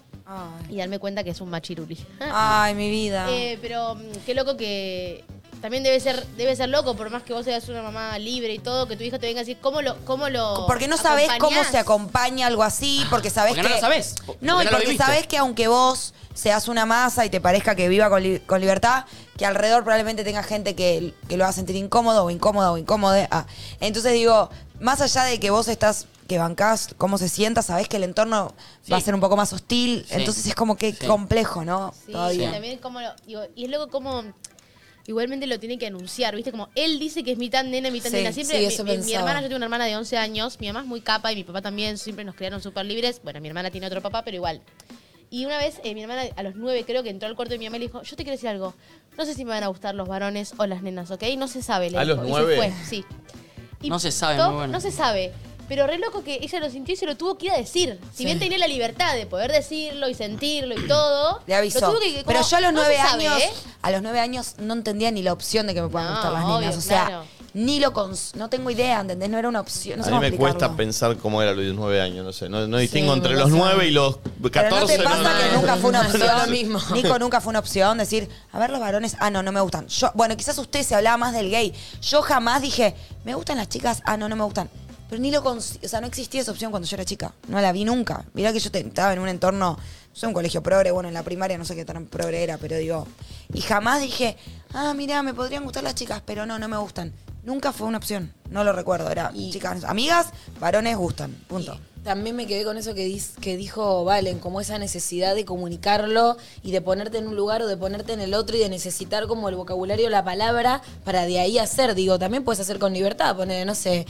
y darme cuenta que es un machiruli. Ay, mi vida. Eh, pero mm, qué loco que también debe ser debe ser loco por más que vos seas una mamá libre y todo que tu hija te venga a decir cómo lo cómo lo Porque no sabes cómo acompañás? Ah, se acompaña algo así, porque sabes Porque no que. lo sabés, No, porque no y lo porque viviste. sabes que aunque vos seas una masa y te parezca que viva con, li- con libertad, que alrededor probablemente tenga gente que, que lo va a sentir incómodo o incómoda o incómoda. Ah, Entonces digo, más allá de que vos estás, que bancás cómo se sienta, sabés que el entorno va a ser un poco más hostil. Sí. Entonces es como que Sí. complejo, ¿no? Sí, Todavía. y también cómo lo- digo, y es loco cómo igualmente lo tiene que anunciar, ¿viste? Como él dice que es mitad nena, mitad Sí, nena. Siempre sí, mi- eso mi, mi pensaba. hermana, yo tengo una hermana de 11 años, mi mamá es muy capa y mi papá también, siempre nos criaron súper libres. Bueno, mi hermana tiene otro papá, pero igual. Y una vez eh, mi hermana a los 9 creo que entró al cuarto de mi mamá y le dijo, yo te quiero decir algo, no sé si me van a gustar los varones o las nenas, ¿ok? No se sabe. le ¿A dijo, los y se nueve? fue, sí. Y No se sabe, todo- muy bueno. No se sabe. Pero re loco que ella lo sintió y se lo tuvo que ir a decir. Si Sí. bien tenía la libertad de poder decirlo y sentirlo y todo. Le avisó. Lo tuvo que- como, Pero yo a los no nueve se sabe, años, ¿eh? a los nueve años no entendía ni la opción de que me puedan No, gustar las obvio, nenas. O sea, claro. ni lo cons- no tengo idea, ¿entendés? No era una opción. No sé a mí cómo me explicarlo. cuesta pensar cómo era los 19 años, no sé. No, no distingo me entre pasa. los 9 y los 14. Pero no te pasa que nunca fue una no, opción. no. Nico nunca fue una opción decir, a ver los varones, ah, no, no me gustan. Yo, bueno, quizás usted se hablaba más del gay. Yo jamás dije, me gustan las chicas, ah, no, no me gustan. Pero ni lo cons- o sea, no existía esa opción cuando yo era chica. No la vi nunca. Mirá que yo te- estaba en un entorno, yo en un colegio progre, bueno, en la primaria no sé qué tan progre era, pero digo, y jamás dije, ah, mirá, me podrían gustar las chicas, pero no, no me gustan. Nunca fue una opción, no lo recuerdo. Era chicas, amigas, varones gustan, punto. También me quedé con eso que, dis- que dijo Valen, como esa necesidad de comunicarlo y de ponerte en un lugar o de ponerte en el otro y de necesitar como el vocabulario, la palabra, para de ahí hacer. Digo, también puedes hacer con libertad, poner, no sé,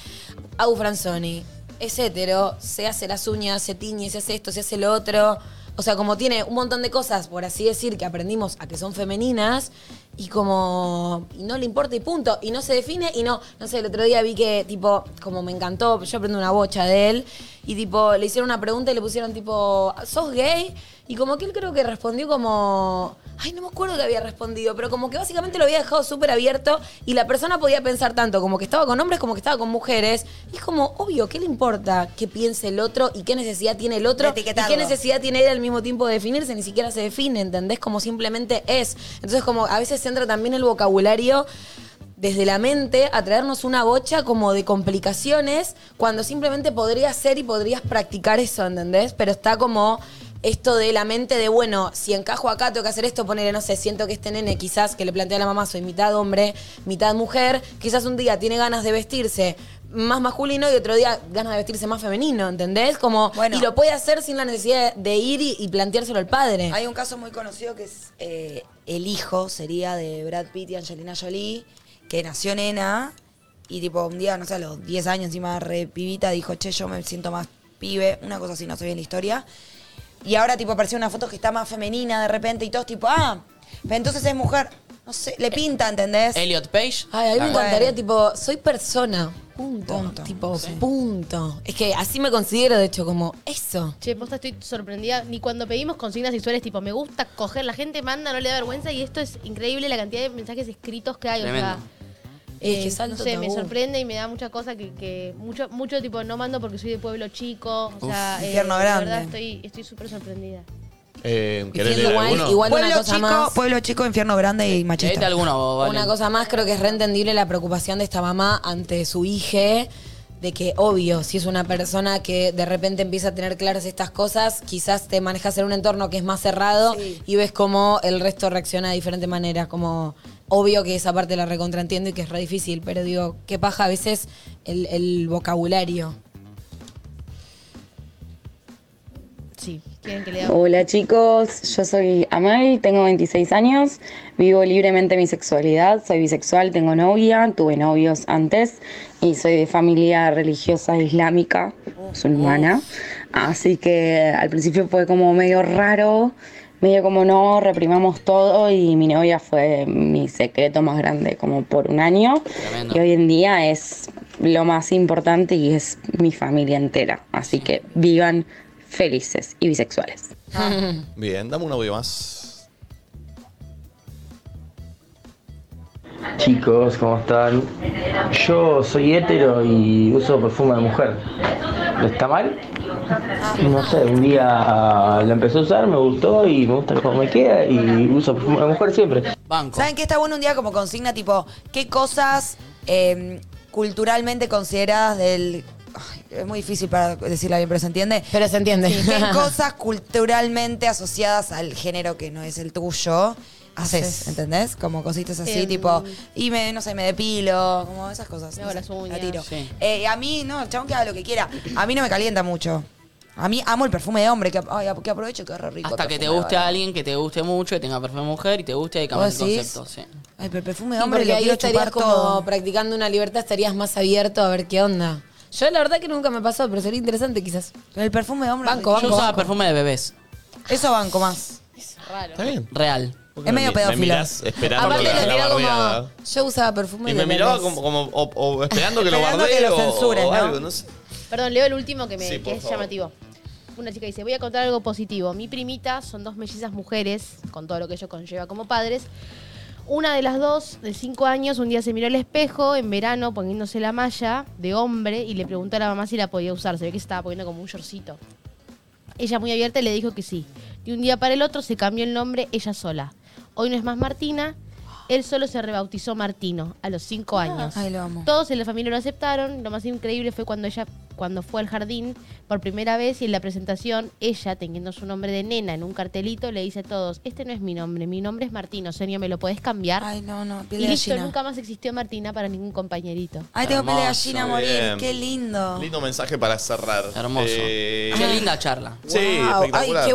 Au Franzoni, es hetero, se hace las uñas, se tiñe, se hace esto, se hace lo otro. O sea, como tiene un montón de cosas, por así decir, que aprendimos a que son femeninas y como y no le importa y punto. Y no se define y no, no sé, el otro día vi que tipo, como me encantó, yo aprendí una bocha de él y tipo, le hicieron una pregunta y le pusieron tipo, ¿sos gay? Y como que él creo que respondió como, ay, no me acuerdo que había respondido, pero como que básicamente lo había dejado súper abierto y la persona podía pensar tanto como que estaba con hombres como que estaba con mujeres. Y es como, obvio, ¿qué le importa qué piense el otro y qué necesidad tiene el otro? De ¿Y etiquetarlo. qué necesidad tiene él al mismo tiempo de definirse? Ni siquiera se define, ¿entendés? Como simplemente es. Entonces, como a veces entra también el vocabulario desde la mente a traernos una bocha como de complicaciones cuando simplemente podrías ser y podrías practicar eso, ¿entendés? Pero está como esto de la mente de, bueno, si encajo acá tengo que hacer esto, ponerle, no sé, siento que este nene quizás que le plantea a la mamá soy mitad hombre, mitad mujer, quizás un día tiene ganas de vestirse más masculino y otro día ganas de vestirse más femenino, ¿entendés? Como, y lo puede hacer sin la necesidad de ir y, y planteárselo al padre. Hay un caso muy conocido que es eh, el hijo, sería de Brad Pitt y Angelina Jolie, que nació nena y tipo un día, no sé, a los 10 años encima re pibita, dijo, che, yo me siento más pibe, una cosa así, no sé bien la historia. Y ahora tipo apareció una foto que está más femenina de repente y todos tipo, ah, pero entonces es mujer. No sé, le pinta, ¿entendés? Elliot Page. Ay, a mí me Ah. encantaría, Bueno. tipo, soy persona. Punto. Tipo, punto. Es que así me considero, de hecho, como eso. Che, posta, estoy sorprendida. Ni cuando pedimos consignas sexuales, tipo, me gusta coger, la gente manda, no le da vergüenza. Y esto es increíble la cantidad de mensajes escritos que hay. O sea, Tremendo. eh, Es que salto no sé, me tabú. sorprende y me da mucha cosa que, que mucho, mucho tipo no mando porque soy de pueblo chico. O Uf, sea, infierno de grande. verdad estoy estoy súper sorprendida. Eh, ¿Querés leer igual- alguno? igual- Pueblo una cosa chico, más. pueblo chico, infierno grande y machista. Oh, Leete alguno, vos, Valen. Una cosa más, creo que es reentendible la preocupación de esta mamá ante su hija. de que obvio, si es una persona que de repente empieza a tener claras estas cosas, quizás te manejas en un entorno que es más cerrado y ves cómo el resto reacciona de diferente manera, como obvio que esa parte la recontraentiendo y que es re difícil, pero digo, qué paja a veces el, el vocabulario. Sí, quieren que le haga. Hola chicos, yo soy Amal, tengo 26 años, vivo libremente mi sexualidad, soy bisexual, tengo novia, tuve novios antes y soy de familia religiosa islámica, Oh, musulmana, así que al principio fue como medio raro, medio como no, reprimamos todo y mi novia fue mi secreto más grande como por un año Tremendo. y hoy en día es lo más importante y es mi familia entera, así que vivan felices y bisexuales. Bien, dame un audio más. Chicos, ¿cómo están? Yo soy hetero y uso perfume de mujer. ¿Está mal? No sé, un día lo empecé a usar, me gustó y me gusta cómo me queda y uso perfume de mujer siempre. ¿Saben qué está bueno un día como consigna tipo qué cosas eh, culturalmente consideradas del. Ay, es muy difícil para decirla bien, pero se entiende. Pero se entiende. Sí, ¿Qué cosas culturalmente asociadas al género que no es el tuyo haces? Haces. ¿Entendés? Como cositas así, Em. tipo, y me, no sé, me depilo, como esas cosas. Me no hago las sé, uñas. la tiro. Sí. Eh, a mí, no, el chabón que haga lo que quiera. A mí no me calienta mucho. A mí amo el perfume de hombre, que, ay, que aprovecho, que re rico. Hasta que te perfume de guste a alguien que te guste mucho, que tenga perfume de mujer y te guste y cambia el ¿Vos decís? concepto. Sí. Ay, pero el perfume de Sí, hombre porque lo ahí quiero estarías chupar como todo. practicando una libertad, estarías más abierto a ver qué onda. Yo la verdad que nunca me pasó, pero sería interesante quizás. el perfume de hombre. Banco, Yo banco. usaba banco. perfume de bebés. Eso banco más. Está bien. Real. ¿Por qué me- me mirás esperando Aparte que lo la- la miraba como- bardeada? Yo usaba perfume Y de me miraba bebés. como, como- o, o esperando que lo Esperando que bardee lo o, censures, o ¿no? algo, no sé. Perdón, leo el último que, me, Sí, que por es favor. llamativo. Una chica dice, voy a contar algo positivo. Mi primita son dos mellizas mujeres, con todo lo que ello conlleva como padres. Una de las dos, de cinco años, un día se miró al espejo en verano poniéndose la malla de hombre y le preguntó a la mamá si la podía usar. Se ve que se estaba poniendo como un shortcito. Ella muy abierta le dijo que sí. De un día para el otro se cambió el nombre ella sola. Hoy no es más Martina, él solo se rebautizó Martino a los cinco años. Ah, Ay, lo amo. Todos en la familia lo aceptaron. Lo más increíble fue cuando ella cuando fue al jardín por primera vez y en la presentación ella teniendo su nombre de nena en un cartelito le dice a todos, "Este no es mi nombre, mi nombre es Martino, Sonia, ¿me lo podés cambiar?" Ay, no, no, piel Y de listo, gallina. nunca más existió Martina para ningún compañerito. Ay, tengo piel de Ah, Hermoso, gallina a morir. bien. Qué lindo. Lindo mensaje para cerrar. Hermoso. Qué linda charla. Sí, Wow, ay, espectacular. qué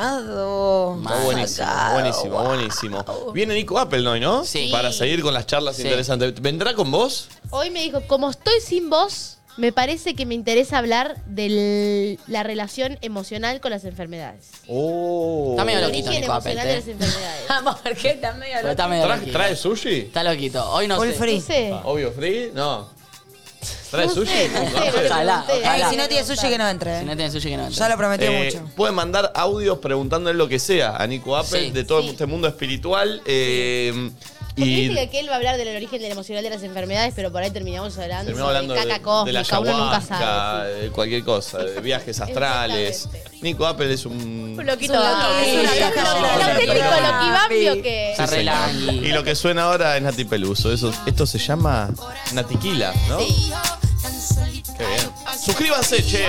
evolucionado. Está buenísimo, buenísimo, buenísimo. Viene Nico Apple hoy, ¿no? Sí. Para seguir con las charlas interesantes. ¿Vendrá con vos? Hoy me dijo, como estoy sin voz, me parece que me interesa hablar de la relación emocional con las enfermedades. Oh. Está medio El loquito, origen Nico eh? Apple. emocional de las enfermedades. Vamos, porque está medio Pero está medio ¿Traes- loquito. ¿Trae sushi? Está loquito. Hoy no Full sé. free. No sé. Obvio free, no. ¿Trae No sé, sushi? no sé, no le Ojalá, pregunté. ojalá. Ay, si no tiene sushi, que no entre. eh. Si no tiene sushi que no Ya lo prometió Eh, mucho. Pueden mandar audios preguntándole lo que sea a Nico Apple Sí. de todo este mundo espiritual. eh, Porque y viste que él va a hablar del origen del emocional de las enfermedades, pero por ahí terminamos hablando, terminó sobre hablando de, caca de la cósmica, uno nunca sabe. ayahuasca, de cualquier cosa, de viajes astrales. Nico Apple es un. Un loquito, es un vago, loquito. es un Sí, auténtico no, no, no, no. loquibambio que... Sí, señor. Y lo que suena ahora es Nati Peluso. Eso, esto se llama Natiquila, ¿no? Qué bien. Suscríbanse, che.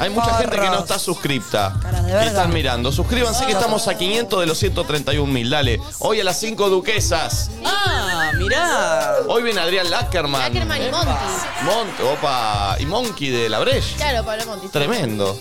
Hay mucha gente que no está suscripta. de Que verga. están mirando. Suscríbanse que estamos a 500 de los 131 mil. Dale. Hoy a las 5 duquesas. Ah, mirá. Hoy viene Adrián Lackerman. Ackerman y Monti. Mont, opa. Y Monkey de la Breche. Claro, Pablo Monti. Tremendo.